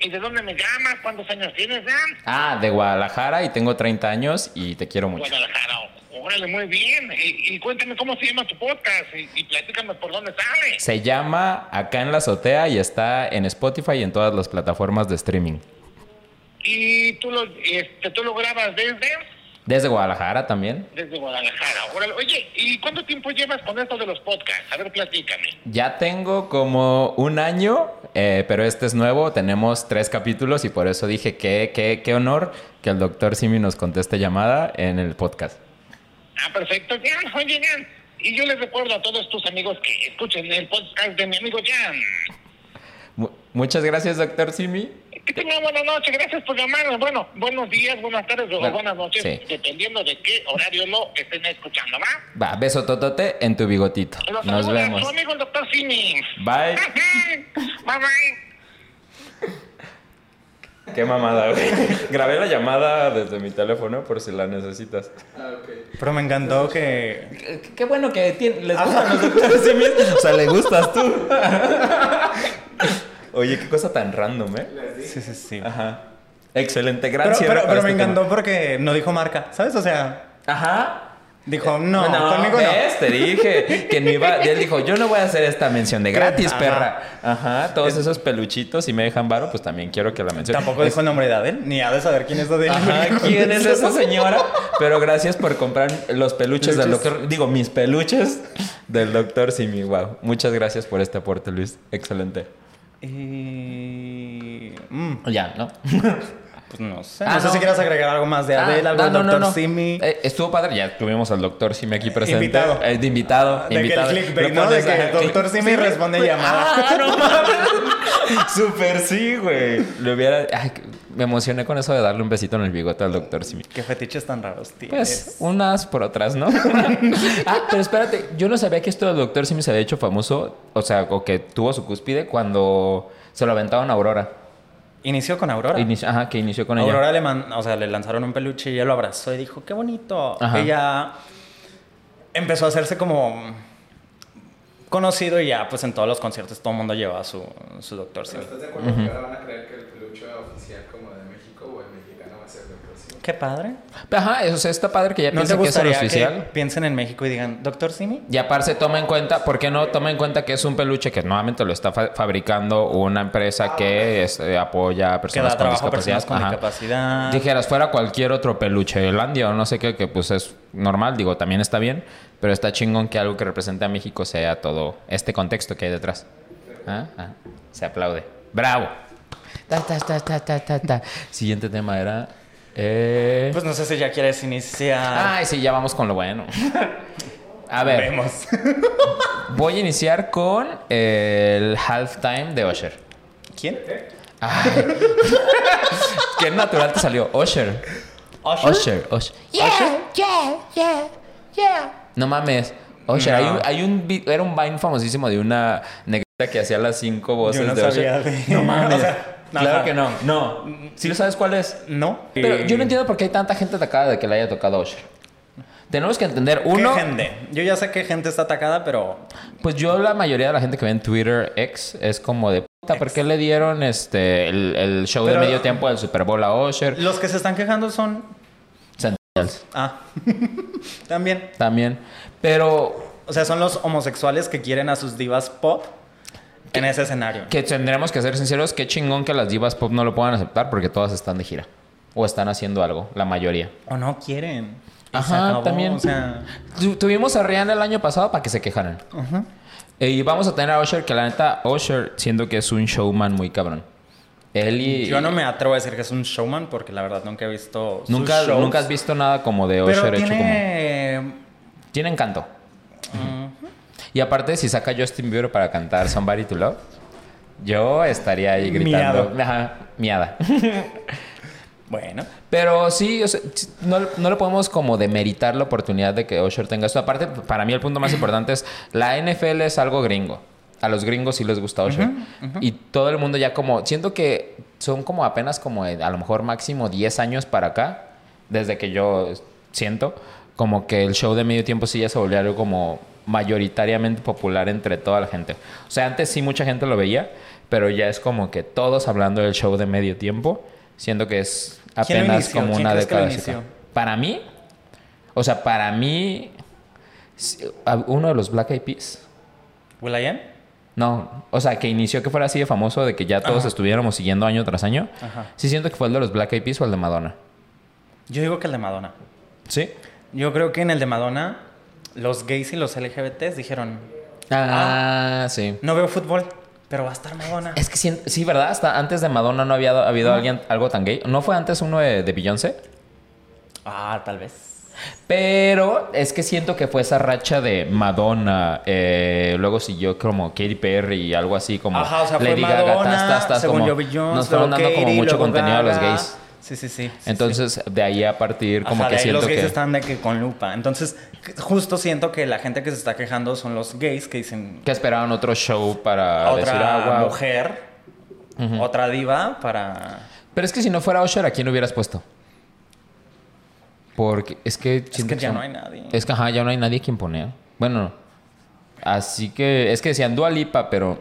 S5: ¿y de dónde me llamas? ¿Cuántos años tienes, Dan?
S1: Ah, de Guadalajara y tengo 30 años y te quiero mucho.
S5: Guadalajara. Órale, muy bien. Y, y cuéntame cómo se llama tu podcast y, y platícame por dónde sale.
S1: Se llama Acá en la azotea y está en Spotify y en todas las plataformas de streaming.
S5: Y tú lo, este, tú lo grabas desde,
S1: Desde Guadalajara también.
S5: desde Guadalajara. Órale. Oye, ¿y cuánto tiempo llevas con esto de los podcasts? A ver, platícame.
S1: Ya tengo como un año, eh, pero este es nuevo. Tenemos tres capítulos y por eso dije que qué, qué honor que el doctor Simi nos conteste llamada en el podcast.
S5: Ah, perfecto, Jan. Oye, Jan. Y yo les recuerdo a todos tus amigos que escuchen el podcast de mi amigo Jan.
S1: Mu- muchas gracias, doctor Simi.
S5: Que tengan buena noche, gracias por llamarnos. Bueno, buenos días, buenas tardes o
S1: Bueno,
S5: buenas noches,
S1: sí.
S5: dependiendo de qué horario lo estén escuchando, ¿va?
S1: Va, beso totote en tu bigotito.
S5: Los
S1: Nos
S5: saluda
S1: vemos.
S5: Su amigo el doctor Simi.
S1: Bye.
S5: bye bye.
S1: Qué mamada, güey. Grabé la llamada desde mi teléfono por si la necesitas.
S4: Ah, ok.
S2: pero me encantó que
S1: Qué, qué bueno que tien- les gustan los doctores Simi. O sea, le gustas tú. Oye, qué cosa tan random, ¿eh?
S4: Les
S2: Sí,
S4: dije.
S2: sí, sí.
S1: Ajá. Excelente,
S2: Pero,
S1: gracias.
S2: pero- pero me encantó porque no dijo marca, ¿sabes? O sea,
S1: Ajá.
S2: dijo, no, conmigo
S1: Eh, ¿ves? Te dije que no iba. y Él dijo, yo no voy a hacer esta mención de gratis,
S2: Ajá.
S1: perra. Ajá. Todos esos peluchitos, si me dejan varo, pues también quiero que la
S2: no.
S1: mencionen.
S2: Tampoco dijo el nombre de Adel, ni ha de saber quién es Adel.
S1: Ajá, ¿quién es esa señora? Pero gracias por comprar los peluches del
S2: Peluches.
S1: doctor, digo, mis peluches del doctor Simi. Wow, muchas gracias por este aporte, Luis. Excelente.
S2: Y... mm,
S1: Ya, ¿no?
S2: pues no sé.
S1: Ah,
S2: no, sé
S1: no.
S2: si quieras agregar algo más de Adel,
S1: Ah,
S2: algo del
S1: no, no,
S2: Dr.
S1: no.
S2: Simi.
S1: Eh, estuvo padre, ya tuvimos al doctor Simi aquí presente.
S2: Invitado. Ah,
S1: Eh, de invitado.
S2: de que el
S1: invitado.
S2: clickbait,
S1: Lo
S2: ¿no? De
S1: pones,
S2: que el
S1: ajá,
S2: Dr.
S1: click-
S2: Simi responde llamada.
S1: Ah, no mames. Súper sí, güey. Le hubiera. ay, me emocioné con eso de darle un besito en el bigote al doctor Simi.
S2: Qué fetiches tan raros tienes.
S1: Pues unas por otras, ¿no? ah, pero espérate, yo no sabía que esto del doctor Simi se había hecho famoso, o sea, o que tuvo su cúspide cuando se lo aventaron a Aurora.
S2: Inició con Aurora.
S1: Inicio- ajá, que inició con ella.
S2: Aurora le man- o sea, le lanzaron un peluche y ella lo abrazó y dijo, qué bonito.
S1: Ajá.
S2: Ella empezó a hacerse como conocido y ya, pues en todos los conciertos todo el mundo llevaba su, su doctor. Simi.
S4: Pero ¿Estás de acuerdo que ahora van a creer que el peluche oficial como de México o el mexicano va a ser lo próximo.
S2: Qué padre.
S1: Ajá, o sea, está padre que ya
S2: ¿No te
S1: piensa que es el
S2: gustaría que,
S1: oficial.
S2: piensen en México y digan, doctor Simi?
S1: Y aparte toma en cuenta, ¿por qué no toma en cuenta que es un peluche que nuevamente lo está fa- fabricando una empresa que este, apoya a
S2: Que da
S1: personas con
S2: trabajo a
S1: discapacidad?
S2: personas con
S1: Ajá.
S2: discapacidad.
S1: Dijeras, fuera cualquier otro peluche de Landia o no sé qué, que pues es normal, digo, también está bien, pero está chingón que algo que represente a México sea todo este contexto que hay detrás. Ah, ah, se aplaude. ¡Bravo! Ta, ta, ta, ta, ta, ta, ta. Siguiente tema era... eh,
S2: Pues no sé si ya quieres iniciar.
S1: Ay, sí, ya vamos con lo bueno. A ver,
S2: Ah. Vemos.
S1: voy a iniciar con el halftime de Usher.
S2: ¿Quién?
S1: Ay. Qué natural te salió. Usher.
S2: ¿Usher?
S1: Usher. Usher.
S3: Yeah, yeah, yeah, yeah.
S1: No mames. Usher,
S2: No.
S1: hay un, hay un vi- era un Vine famosísimo de una negrita que hacía las cinco voces
S2: Yo no
S1: de
S2: sabía
S1: Usher.
S2: de-
S1: No mames.
S2: O sea,
S1: claro
S2: ajá.
S1: que no. No. Si lo sabes cuál es.
S2: No.
S1: Pero yo no
S2: Eh,
S1: entiendo por qué hay tanta gente atacada de que le haya tocado a Usher. Tenemos que entender,
S2: ¿Qué
S1: uno,
S2: gente? Yo ya sé que gente está atacada, pero
S1: pues yo la mayoría de la gente que ve en Twitter ex es como de puta, ¿por qué le dieron este el, el show
S2: Pero-
S1: de medio tiempo del Super Bowl a Usher?
S2: los que se están quejando son.
S1: Sentinels,
S2: Ah. También.
S1: También. Pero
S2: O sea, son los homosexuales que quieren a sus divas pop en ese escenario.
S1: Que tendremos que ser sinceros, qué chingón que las divas pop no lo puedan aceptar porque todas están de gira. O están haciendo algo, la mayoría.
S2: O no quieren. Y se
S1: Ajá,
S2: acabó,
S1: también.
S2: O sea,
S1: Tu- Tuvimos a Rihanna el año pasado para que se quejaran. Eh, y vamos a tener a Usher, que la neta, Usher, siento que es un showman muy cabrón. Él y...
S2: yo no me atrevo a decir que es un showman porque la verdad nunca he visto. sus
S1: Nunca,
S2: shows.
S1: nunca has visto nada como de Usher
S2: Pero
S1: hecho como...
S2: tiene.
S1: Tiene encanto. Y aparte, si saca Justin Bieber para cantar Somebody to Love, yo estaría ahí gritando.
S2: Miado.
S1: Ajá, miada.
S2: Bueno.
S1: Pero sí, o sea, ch- no, no le podemos como demeritar la oportunidad de que Usher tenga esto. Aparte, para mí el punto más importante es, la NFL es algo gringo. A los gringos sí les gusta Usher. Y todo el mundo ya como, siento que son como apenas como eh, a lo mejor máximo 10 años para acá, desde que yo siento, como que el show de medio tiempo sí ya se volvió algo como mayoritariamente popular entre toda la gente. O sea, antes sí mucha gente lo veía, pero ya es como que todos hablando del show de medio tiempo, siento que es
S2: ¿Quién lo
S1: apenas
S2: inició?
S1: como
S2: ¿Quién
S1: una
S2: crees que lo
S1: década. hacia acá.
S2: inició?
S1: Para mí, o sea, para mí, sí, a- uno de los Black Eyed Peas,
S2: ¿Will I am?
S1: no, o sea, que inició que fuera así de famoso, de que ya todos
S2: Ajá.
S1: estuviéramos siguiendo año tras año,
S2: Ajá.
S1: sí siento que fue el de los Black Eyed Peas o el de Madonna.
S2: Yo digo que el de Madonna.
S1: Sí.
S2: Yo creo que en el de Madonna, los gays y los LGBTs dijeron:
S1: Ah, sí.
S2: No veo fútbol, pero va a estar Madonna.
S1: Es que sí, sí, ¿verdad? Hasta antes de Madonna no había do- habido alguien algo tan gay. ¿No fue antes uno de, de Beyoncé?
S2: Ah, tal vez.
S1: Pero es que siento que fue esa racha de Madonna. eh, luego siguió como Katy Perry y algo así como
S2: Ajá, o sea, fue
S1: Lady Gaga,
S2: Madonna,
S1: tas, tas, tas,
S2: según
S1: como-
S2: yo Beyoncé,
S1: Nos fueron
S2: luego
S1: dando como
S2: Katy,
S1: mucho
S2: luego
S1: contenido a los
S2: Gaga.
S1: gays.
S2: Sí, sí, sí. sí, sí.
S1: Entonces, de ahí a partir, como
S2: Ajá,
S1: que
S2: de ahí
S1: siento
S2: los gays
S1: que.
S2: están de que con lupa. Entonces, c- justo siento que la gente que se está quejando son los gays que dicen
S1: Que esperaban otro show para decir "Ah,
S2: otra
S1: agua.
S2: mujer, otra diva para.
S1: Pero es que si no fuera Usher, ¿a quién lo hubieras puesto? Porque es que... siento
S2: que ya
S1: son-
S2: no hay nadie.
S1: Es que ajá, ya no hay nadie quien poner. Bueno, así que es que decían Dua Lipa, pero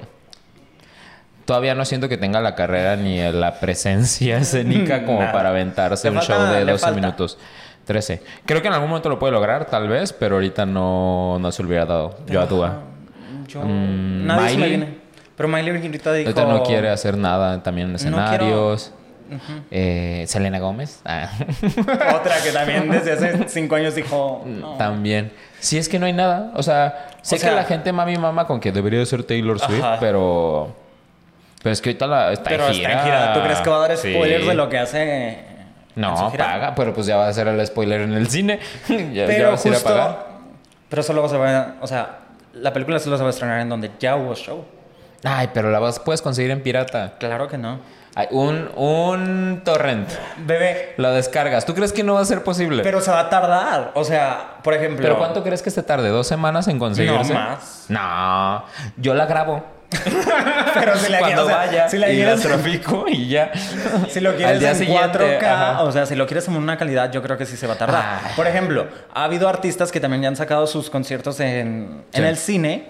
S1: todavía no siento que tenga la carrera ni la presencia escénica como
S2: Nada.
S1: para aventarse
S2: Le
S1: un
S2: falta-
S1: show de
S2: le
S1: 12
S2: falta.
S1: minutos. 13. Creo que en algún momento lo puede lograr, tal vez, pero ahorita no, no se lo hubiera dado yo a Dua.
S2: Yo.
S1: Mm,
S2: nadie se me
S1: Miley.
S2: viene. Pero Miley ahorita dijo.
S1: Ahorita no quiere hacer nada también en
S2: quiero-
S1: escenarios. Eh, Selena Gómez. Ah.
S2: Otra que también desde hace cinco años dijo.
S1: Mm,
S2: "No".
S1: También. Si es que no hay nada. O sea, sé
S2: O sea-
S1: que la gente mami mama con que debería de ser Taylor Swift,
S2: Ajá.
S1: pero. Pero es que ahorita la, está
S2: Pero
S1: en
S2: está
S1: gira.
S2: en gira. ¿Tú crees que va a dar
S1: Sí.
S2: spoilers de lo que hace? en su
S1: No,
S2: gira?
S1: paga, pero pues ya va a hacer el spoiler en el cine. ya, ya
S2: Pero
S1: vas a ir a pagar.
S2: justo. Pero solo se va. O sea, la película solo se va a estrenar en donde ya hubo show.
S1: Ay, pero la vas, puedes conseguir en pirata.
S2: Claro que no.
S1: Ay, un, un torrent.
S2: Bebé,
S1: Lo descargas. ¿Tú crees que no va a ser posible?
S2: pero se va a tardar. O sea, por ejemplo.
S1: ¿Pero cuánto crees que se tarde? ¿Dos semanas en conseguirse?
S2: No más.
S1: No. Yo la grabo.
S2: Pero si la
S1: Cuando
S2: quieres, o sea,
S1: vaya
S2: si la
S1: y la
S2: quieres,
S1: trafico y ya.
S2: si lo
S1: Al
S2: quieres
S1: día
S2: en
S1: siguiente,
S2: 4K,
S1: ajá.
S2: o sea, si lo quieres en una calidad, yo creo que sí se va a tardar.
S1: Ay.
S2: Por ejemplo, ha habido artistas que también ya han sacado sus conciertos en, en
S1: Sí.
S2: el cine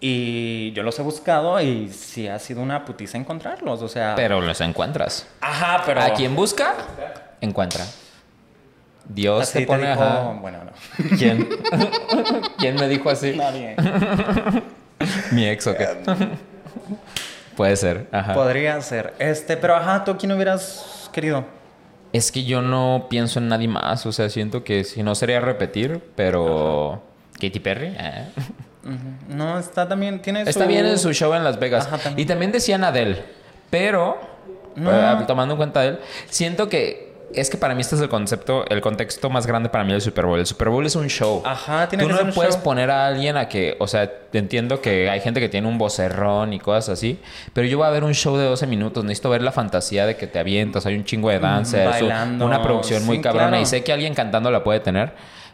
S2: y yo los he buscado y sí ha sido una putiza encontrarlos, o sea.
S1: Pero los encuentras.
S2: ajá, pero
S1: ¿A quién busca? encuentra. Dios
S2: Así
S1: se
S2: te
S1: pone
S2: dijo-
S1: ajá.
S2: Bueno, no.
S1: ¿Quién? ¿Quién me dijo así?
S2: Nadie.
S1: Mi ex o qué. Puede ser, ajá.
S2: Podría ser. Este, pero ajá, ¿tú quién hubieras querido?
S1: Es que yo no pienso en nadie más, o sea, siento que si no sería repetir, pero Katy Perry eh.
S2: No, está también, tiene
S1: está
S2: su-
S1: bien en su show en Las Vegas
S2: Ajá, también.
S1: y también decían Adele, pero eh, tomando en cuenta él, siento que es que para mí este es el concepto, el contexto más grande para mí del Super Bowl. El Super Bowl es un show.
S2: Ajá, tiene
S1: Tú
S2: que
S1: no
S2: ser un
S1: puedes
S2: show.
S1: poner a alguien a que, o sea, entiendo que hay gente que tiene un vocerrón y cosas así, pero yo voy a ver un show de 12 minutos, necesito ver la fantasía de que te avientas, hay un chingo de dancers, un-
S2: bailando,
S1: una producción muy
S2: sí,
S1: cabrona
S2: claro.
S1: y sé que alguien cantando la puede tener,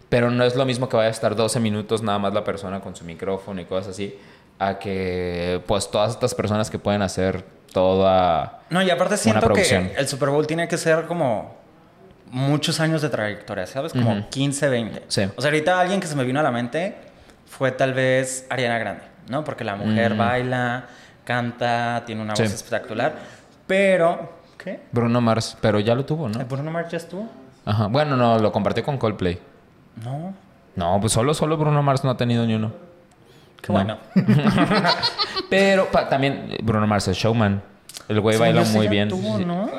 S1: pero no es lo mismo que vaya a estar 12 minutos nada más la persona con su micrófono y cosas así, a que pues todas estas personas que pueden hacer toda...
S2: No, y aparte siento
S1: producción.
S2: que el Super Bowl tiene que ser como muchos años de trayectoria, ¿sabes? Como 15, 20.
S1: Sí.
S2: O sea, ahorita alguien que se me vino a la mente fue tal vez Ariana Grande, ¿no? Porque la mujer baila, canta, tiene una
S1: Mm. Sí.
S2: voz espectacular, pero... ¿Qué?
S1: Bruno Mars, pero ya lo tuvo,
S2: ¿El
S1: ¿no?
S2: Bruno Mars ya estuvo?
S1: Ajá. Bueno, no, lo compartió con Coldplay.
S2: No.
S1: No, pues solo, solo Bruno Mars no ha tenido ni uno.
S2: Qué
S1: No.
S2: bueno.
S1: Pero pa- también eh, Bruno Mars es showman. El güey baila
S2: Según yo sí
S1: muy
S2: ya
S1: bien.
S2: tuvo, ¿no?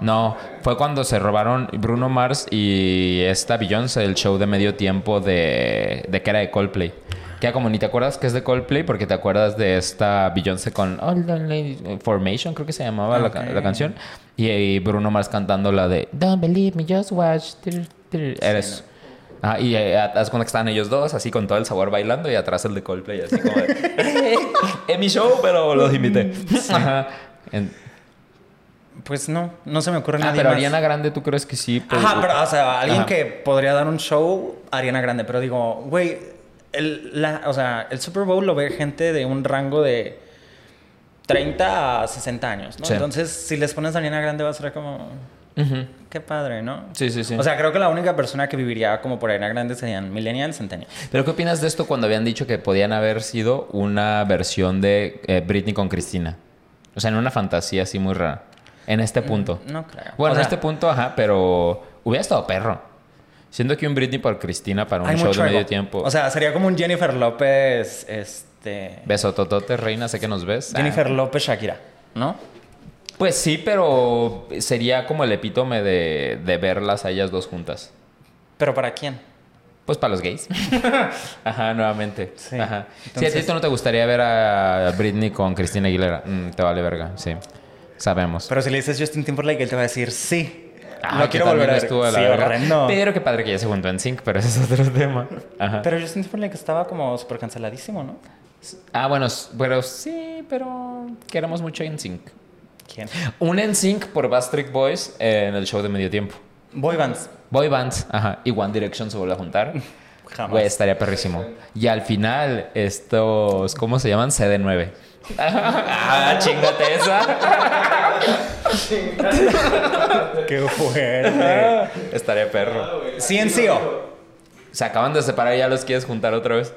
S1: No, fue cuando se robaron Bruno Mars y esta Beyoncé, el show de medio tiempo de, de que era de Coldplay. Que como ni te acuerdas que es de Coldplay porque te acuerdas de esta Beyoncé con All the Ladies- eh, Formation, creo que se llamaba la ca- la,
S2: Ok.
S1: canción. Y, y Bruno Mars cantando la de Don't Believe Me, Just Watch. tir, tir". Eres... Ah, y eh, haz cuenta que estaban ellos dos, así con todo el sabor bailando, y atrás el de Coldplay, así como de, Es mi show, pero los invité. Ajá. En-
S2: Pues no, no se me ocurre
S1: Ah,
S2: nadie
S1: pero
S2: más.
S1: Ariana Grande, ¿tú crees que sí? Pues-
S2: Ajá, pero, o sea, alguien
S1: Ajá.
S2: que podría dar un show, Ariana Grande, pero digo, güey, el, la- o sea, el Super Bowl lo ve gente de un rango de 30 a 60 años, ¿no?
S1: Sí.
S2: Entonces, si les pones a Ariana Grande va a ser como,
S1: Ujú.
S2: qué padre, ¿no?
S1: Sí, sí, sí.
S2: O sea, creo que la única persona que viviría como por Ariana Grande serían millennials, centennials.
S1: ¿Pero qué opinas de esto cuando habían dicho que podían haber sido una versión de eh, Britney con Cristina? O sea, en una fantasía así muy rara. En este punto.
S2: Mm, No creo.
S1: Bueno,
S2: O sea,
S1: en este punto, ajá, pero hubiera estado perro. Siendo que un Britney por Cristina para un
S2: hay
S1: show de
S2: mucho
S1: medio
S2: ego.
S1: tiempo.
S2: O sea, sería como un Jennifer López, este...
S1: Beso, totote, reina, sé que nos ves. Ah.
S2: Jennifer López Shakira, ¿no?
S1: Pues sí, pero sería como el epítome de, de verlas a ellas dos juntas.
S2: ¿Pero para quién?
S1: Pues para los gays. Ajá, nuevamente.
S2: Sí.
S1: Ajá. Si a
S2: Entonces-
S1: ti tú no te gustaría ver a Britney con Cristina Aguilera, mm, te vale verga, sí. Sabemos.
S2: Pero si le dices Justin Timberlake, él te va a decir sí.
S1: Ah,
S2: no
S1: que
S2: quiero volver
S1: también
S2: a ver.
S1: estuvo de la
S2: sí,
S1: verga.
S2: horrendo. Pero...
S1: Pero qué padre que ya se juntó en Sync, pero ese es otro tema. Ajá.
S2: Justin Timberlake estaba como súper canceladísimo, ¿no?
S1: Ah, bueno, s- bueno, sí, pero queremos mucho en Sync.
S2: ¿Quién?
S1: Un en Sync por Bastric Boys eh, en el show de medio tiempo.
S2: Boy bands.
S1: Boy bands, ajá, y One Direction se vuelve a juntar.
S2: Jamás.
S1: Güey, estaría perrísimo. Y al final, estos, ¿cómo se llaman? CD9. ah, chingate esa.
S2: Qué fuerte.
S1: Estaría perro.
S2: CNCO.
S1: Se acaban de separar y ya los quieres juntar otra vez.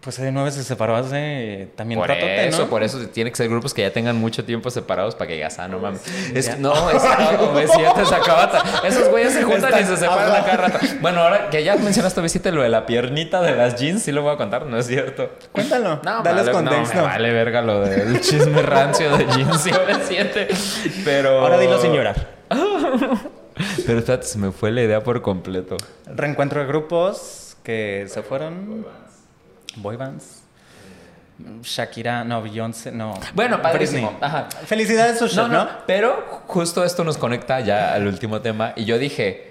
S2: Pues de nueve se separó hace también
S1: Por
S2: ratote,
S1: eso,
S2: ¿no?
S1: por eso tiene que ser grupos que ya tengan mucho tiempo separados para que digas, ah, no mames. Es que no, es como besita, se acaba. ta- Esos güeyes se juntan y se separan a cada rato. Bueno, ahora que ya mencionaste besita lo de la piernita de las jeans, sí lo voy a contar, no es cierto.
S2: Cuéntalo.
S1: No,
S2: Dales
S1: vale,
S2: contexto.
S1: no, me vale verga lo del chisme rancio de jeans y OV7. Pero.
S2: Ahora dilo sin llorar.
S1: Pero espérate, se me fue la idea por completo.
S2: Reencuentro de grupos que se fueron. Boy bands. Shakira, no, Beyoncé, no.
S1: Bueno, padrísimo.
S2: Britney.
S1: Ajá.
S2: Felicidades, Susha,
S1: No, no,
S2: ¿no?
S1: pero justo esto nos conecta ya al último tema. Y yo dije,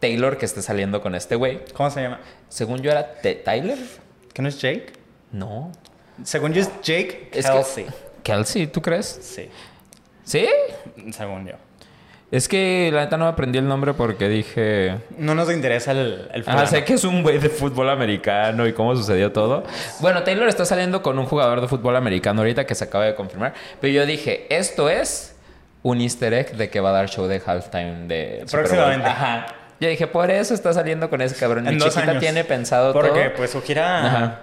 S1: Taylor que esté saliendo con este güey.
S2: ¿Cómo se llama?
S1: Según yo era Te- Tyler.
S2: ¿Que no es Jake?
S1: No.
S2: Según yo es Jake
S1: Es
S2: Kelsey.
S1: Que... Kelsey, ¿tú crees?
S2: Sí,
S1: ¿Sí?
S2: según yo.
S1: Es que la neta no me aprendí el nombre porque dije.
S2: No nos interesa el, el
S1: Ah,
S2: fulano.
S1: sé que es un güey de fútbol americano y cómo sucedió todo. Bueno, Taylor está saliendo con un jugador de fútbol americano ahorita que se acaba de confirmar. Pero yo dije, esto es un easter egg de que va a dar show de halftime de... Super Bowl.
S2: Próximamente.
S1: Ajá. Yo dije, por eso está saliendo con ese cabrón. Mi
S2: En dos
S1: chiquita
S2: años.
S1: tiene pensado todo.
S2: Porque pues su gira...
S1: Ajá.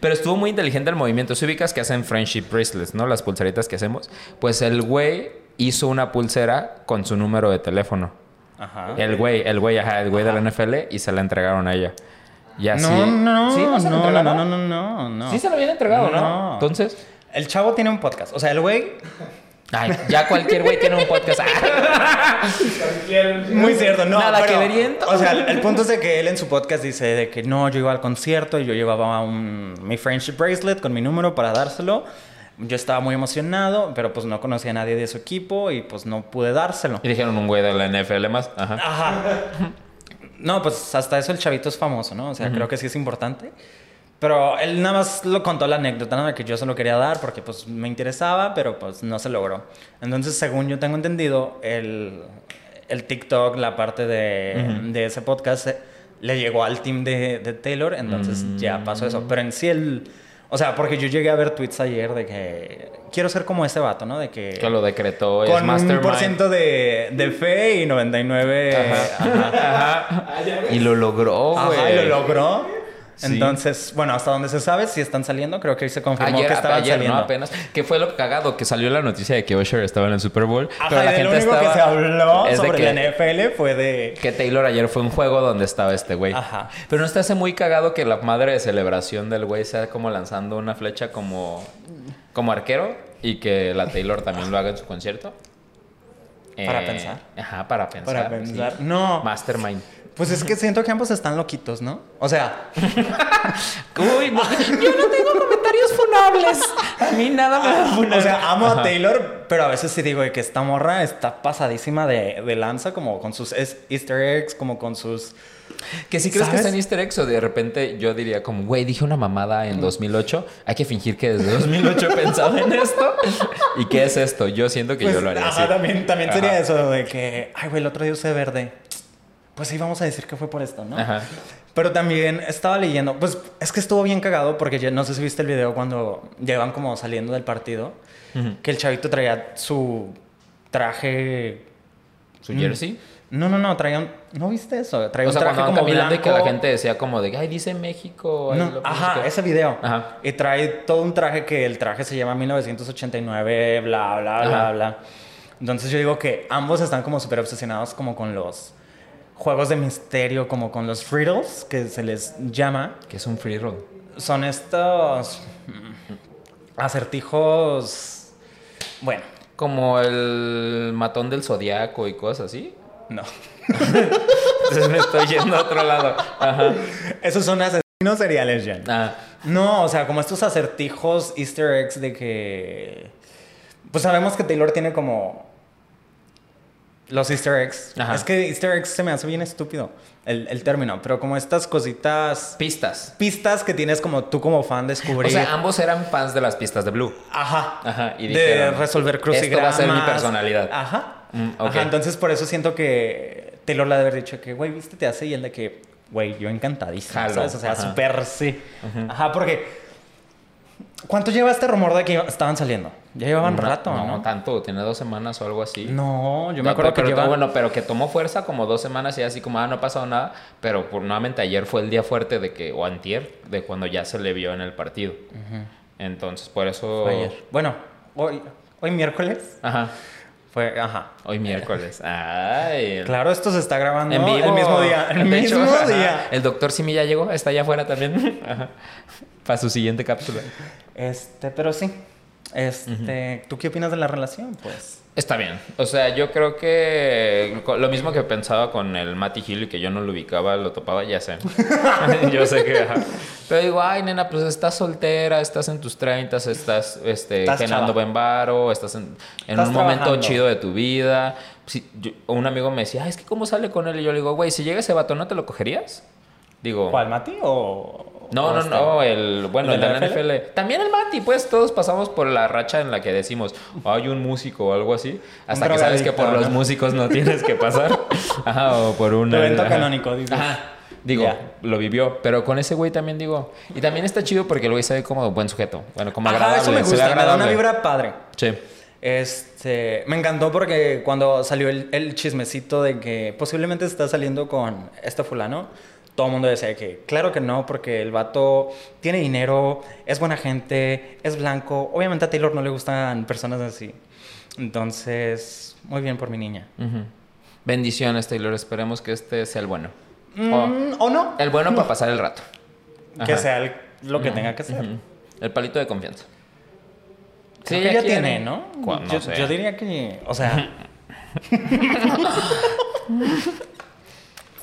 S1: Pero estuvo muy inteligente el movimiento. Si ubicas que hacen friendship bracelets, ¿no? Las pulseritas que hacemos. Pues el güey hizo una pulsera con su número de teléfono.
S2: Ajá.
S1: El güey, el güey, ajá, el güey de la NFL y se la entregaron a ella. Y así.
S2: No, no,
S1: ¿Sí? ¿No se la
S2: no, no,
S1: entregaron?
S2: no, no, no, no.
S1: Sí se la habían entregado, ¿no?
S2: No.
S1: Entonces.
S2: El chavo tiene un podcast. O sea, el güey.
S1: Ay, ya cualquier güey tiene un podcast.
S4: Cualquier-
S2: Muy cierto, no.
S1: Nada
S2: pero-
S1: que veriento.
S2: O sea, el, el punto es de que él en su podcast dice de que no, yo iba al concierto y yo llevaba un, mi friendship bracelet con mi número para dárselo. Yo estaba muy emocionado, pero pues no conocía a nadie de su equipo y pues no pude dárselo.
S1: y dijeron un güey de la NFL más. Ajá.
S2: Ajá. No, pues hasta eso el chavito es famoso, ¿no? O sea, creo que sí es importante. Pero él nada más lo contó la anécdota, nada que yo se lo quería dar porque pues me interesaba, pero pues no se logró. Entonces, según yo tengo entendido, el, el TikTok, la parte de, de ese podcast, eh, le llegó al team de, de Taylor, entonces
S1: Mm.
S2: ya pasó eso. Pero en sí el... O sea, porque yo llegué a ver tweets ayer de que quiero ser como ese vato, ¿no? De que
S1: Que lo decretó. es
S2: con un
S1: mastermind.
S2: por ciento de, de fe y 99 ajá.
S1: Y lo logró, güey.
S2: Ajá, y lo logró.
S1: Pues, Sí.
S2: Entonces, bueno, hasta donde se sabe si están saliendo, creo que se confirmó
S1: Ayer,
S2: que estaban
S1: ayer, ¿no?
S2: saliendo.
S1: Apenas. Que fue lo cagado, que salió la noticia de que Usher estaba en el Super Bowl.
S2: Ajá,
S1: pero
S2: y
S1: la
S2: de
S1: gente
S2: lo único
S1: estaba...
S2: que se habló
S1: es de
S2: sobre
S1: que-
S2: la NFL fue de
S1: Que Taylor ayer fue un juego donde estaba este güey.
S2: Ajá.
S1: Pero no está hace muy cagado que la madre de celebración del güey sea como lanzando una flecha como, como arquero y que la Taylor también lo haga en su concierto. Eh,
S2: Para pensar.
S1: Ajá, para pensar.
S2: Para
S1: sí.
S2: pensar. No.
S1: Mastermind.
S2: Pues es que siento que ambos están loquitos, ¿no? O sea,
S1: Uy, no, yo no tengo comentarios funables. Ah. A mí nada me va a funar.
S2: o sea, amo a Taylor, pero a veces sí digo de que esta morra está pasadísima de, de lanza, como con sus es- easter eggs, como con sus...
S1: Que si crees que
S2: ¿Sabes?
S1: está en Easter eggs o de repente yo diría como, güey, dije una mamada en 2008, hay que fingir que desde 2008 he pensado en esto. ¿Y qué es esto? Yo siento que yo
S2: Pues,
S1: lo haría
S2: ajá,
S1: así.
S2: también, también sería
S1: Ajá.
S2: eso de que, ay, güey, el otro día usé verde. Pues sí, vamos a decir que fue por esto, ¿no?
S1: Ajá.
S2: Pero también estaba leyendo, pues es que estuvo bien cagado porque ya- no sé si viste el video cuando llevan como saliendo del partido, que el chavito traía su traje...
S1: ¿Su
S2: Mm.
S1: jersey?
S2: No, no, no, traía un... ¿No viste eso? Traía
S1: O
S2: un
S1: sea,
S2: traje
S1: cuando van
S2: como
S1: caminando
S2: blanco.
S1: y que la gente decía como de, ay, dice México. ahí
S2: No,
S1: lo
S2: ajá,
S1: pusiste".
S2: ese video.
S1: Ajá.
S2: Y trae todo un traje que el traje se llama 1989, bla, bla,
S1: Ajá.
S2: bla, bla. Entonces yo digo que ambos están como súper obsesionados como con los juegos de misterio, como con los riddles, que se les llama.
S1: Que es un free roll.
S2: Son estos mm, acertijos... Bueno,
S1: Como el matón del zodiaco y cosas así.
S2: no.
S1: Entonces me estoy yendo a otro lado. Ajá.
S2: Esos son asesinos seriales, Jan.
S1: Ah,
S2: No, o sea, como estos acertijos, easter eggs de que... Pues sabemos que Taylor tiene como... Los easter eggs.
S1: Ajá.
S2: Es que easter eggs se me hace bien estúpido el, el término, pero como estas cositas...
S1: pistas.
S2: Pistas que tienes como tú como fan descubrir.
S1: O sea, ambos eran fans de las pistas de Blue.
S2: Ajá.
S1: Ajá, y
S2: de
S1: dijeron,
S2: resolver
S1: "Esto va a ser mi
S2: crucigramas.
S1: personalidad".
S2: Ajá.
S1: Mm, ok.
S2: Ajá, Entonces por eso siento que Taylor le ha de haber dicho que, güey, viste, te hace y el de que, güey, yo encantadísimo.
S1: Jalo,
S2: ¿sabes? O sea,
S1: ajá.
S2: súper sí. Ajá, porque. ¿Cuánto lleva este rumor de que iba- estaban saliendo? Ya llevaban
S1: No,
S2: rato,
S1: no,
S2: ¿no?
S1: tanto. Tiene dos semanas o algo así.
S2: No, yo me
S1: No,
S2: acuerdo
S1: pero,
S2: que
S1: pero
S2: llevaban.
S1: bueno, pero que tomó fuerza como dos semanas y así como, ah, no ha pasado nada. Pero por, nuevamente ayer fue el día fuerte de que, o antier, de cuando ya se le vio en el partido. Entonces, por eso...
S2: Ayer. Bueno, hoy, hoy miércoles
S1: Ajá.
S2: fue, ajá.
S1: Hoy miércoles. Ay. el-
S2: Claro, esto se está grabando
S1: En vivo.
S2: el mismo día. El
S1: De
S2: mismo
S1: hecho, ajá.
S2: día.
S1: El doctor Simi ya llegó, está allá afuera también. Ajá. Para su siguiente cápsula.
S2: Este, pero sí. Este, ¿tú qué opinas de la relación? Pues.
S1: Está bien. O sea, yo creo que co- lo mismo que pensaba con el Matty Hill y que yo no lo ubicaba, lo topaba, ya sé. yo sé que. ajá. Pero digo, ay, nena, pues estás soltera, estás en tus 30, estás este,
S2: Estás
S1: generando
S2: chava.
S1: buen varo, estás en, en
S2: Estás
S1: un momento
S2: trabajando.
S1: chido de tu vida. Sí, yo- un amigo me decía, ay, es que cómo sale con él. Y yo le digo, güey, si llega ese vato, ¿no te lo cogerías? Digo.
S2: ¿Cuál, Mati o...?
S1: No,
S2: o
S1: no,
S2: este?
S1: no, el bueno,
S2: ¿El
S1: el de
S2: de
S1: la
S2: la
S1: NFL. También el Mati, pues todos pasamos por la racha en la que decimos, hay un músico o algo así, hasta que sabes que por
S2: drogadicto,
S1: los
S2: ¿no?
S1: músicos no tienes que pasar. Ajá, o por un
S2: Tu evento
S1: ajá.
S2: canónico, dices.
S1: Ajá. Digo,
S2: Ya.
S1: lo vivió, pero con ese güey también digo, y también está chido porque el güey se ve como buen sujeto, bueno, como
S2: Ajá,
S1: agradable,
S2: eso me
S1: se ve
S2: gusta, me da una
S1: agradable.
S2: vibra padre.
S1: Sí.
S2: Este, me encantó porque cuando salió el, el chismecito de que posiblemente está saliendo con este fulano, todo el mundo decía que claro que no, porque el vato tiene dinero, es buena gente, es blanco. Obviamente a Taylor no le gustan personas así. Entonces, muy bien por mi niña.
S1: Ujú. Bendiciones, Taylor. Esperemos que este sea el bueno. Oh.
S2: Mm, ¿O no?
S1: O el bueno para pasar el rato.
S2: Que
S1: Ajá.
S2: sea el- lo que tenga que ser.
S1: Ujú. El palito de confianza.
S2: Creo que ya
S1: aquí en-
S2: tiene, ¿no?
S1: Cu- no
S2: yo,
S1: sé.
S2: yo diría que, o sea,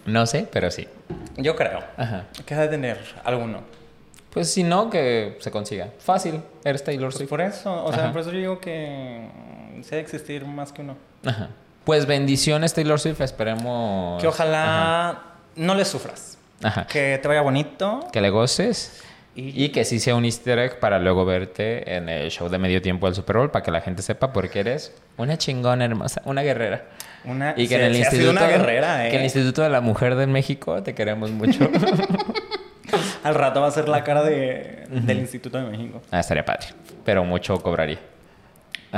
S1: No sé, pero sí.
S2: yo creo
S1: Ajá.
S2: que ha de tener alguno.
S1: Pues si no, que se consiga. Fácil. Eres Taylor
S2: Pues
S1: Swift.
S2: por eso, o sea,
S1: Ajá.
S2: por eso yo digo que mm, se debe existir más que uno.
S1: Ajá. Pues bendiciones, Taylor Swift. Esperemos.
S2: Que ojalá no le sufras.
S1: Ajá.
S2: Que te vaya bonito.
S1: que le goces y, que sí sea un easter egg para luego verte en el show de medio tiempo del Super Bowl para que la gente sepa porque eres una chingona hermosa, una guerrera.
S2: Una,
S1: Y que
S2: se-
S1: en el
S2: se Ah, ha
S1: instituto
S2: sido una guerrera,
S1: que en el
S2: ¿eh?
S1: Instituto de la Mujer de México te queremos mucho.
S2: Al rato va a ser la cara de, del Instituto de México.
S1: ah, estaría padre, pero mucho cobraría.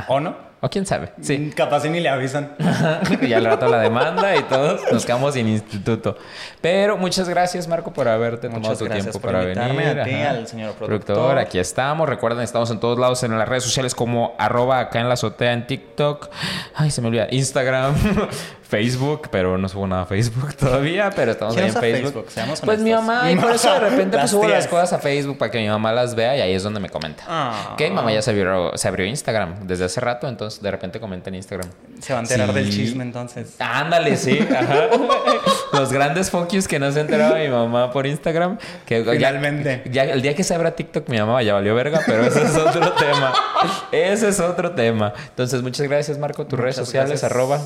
S2: ¿O no?
S1: O quién sabe. Sí.
S2: Capaz y ni le avisan.
S1: y al rato la demanda y todos nos quedamos sin instituto. Pero muchas gracias, Marco, por haberte tomado
S2: Muchas
S1: tu
S2: gracias
S1: tiempo
S2: por
S1: para
S2: invitarme
S1: venir.
S2: a ti,
S1: Ajá.
S2: al señor productor.
S1: Aquí estamos. Recuerden, estamos en todos lados en las redes sociales como arroba acá en la azotea en TikTok. Ay, se me olvida. Instagram, Facebook, pero no subo nada a Facebook todavía, pero estamos
S2: ¿Quién
S1: ahí en
S2: usa
S1: Facebook.
S2: Facebook? Seamos
S1: pues mi
S2: honestos.
S1: mamá, y por eso de repente pues,
S2: Las
S1: subo las
S2: tías.
S1: cosas a Facebook para que mi mamá las vea y ahí es donde me comenta.
S2: Ah.
S1: Que mi mamá ya se abrió, se abrió Instagram desde hace rato, entonces de repente comenta en Instagram.
S2: Se va a enterar
S1: Sí.
S2: del chisme entonces.
S1: Ándale, sí. ajá. Los grandes focus que no se enteraba mi mamá por Instagram. Que ya-
S2: Finalmente.
S1: Ya, el día que se abra TikTok, mi mamá ya valió verga, pero ese es otro tema. Ese es otro tema. Entonces, muchas gracias, Marco. Tus redes
S2: Muchas
S1: sociales,
S2: gracias.
S1: arroba.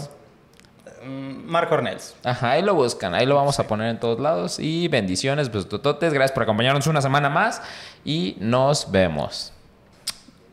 S2: Mm, Marco Ornels.
S1: Ajá, ahí lo buscan. Ahí lo vamos a poner en todos lados. Y bendiciones, pues, tototes. Gracias por acompañarnos una semana más. Y nos vemos.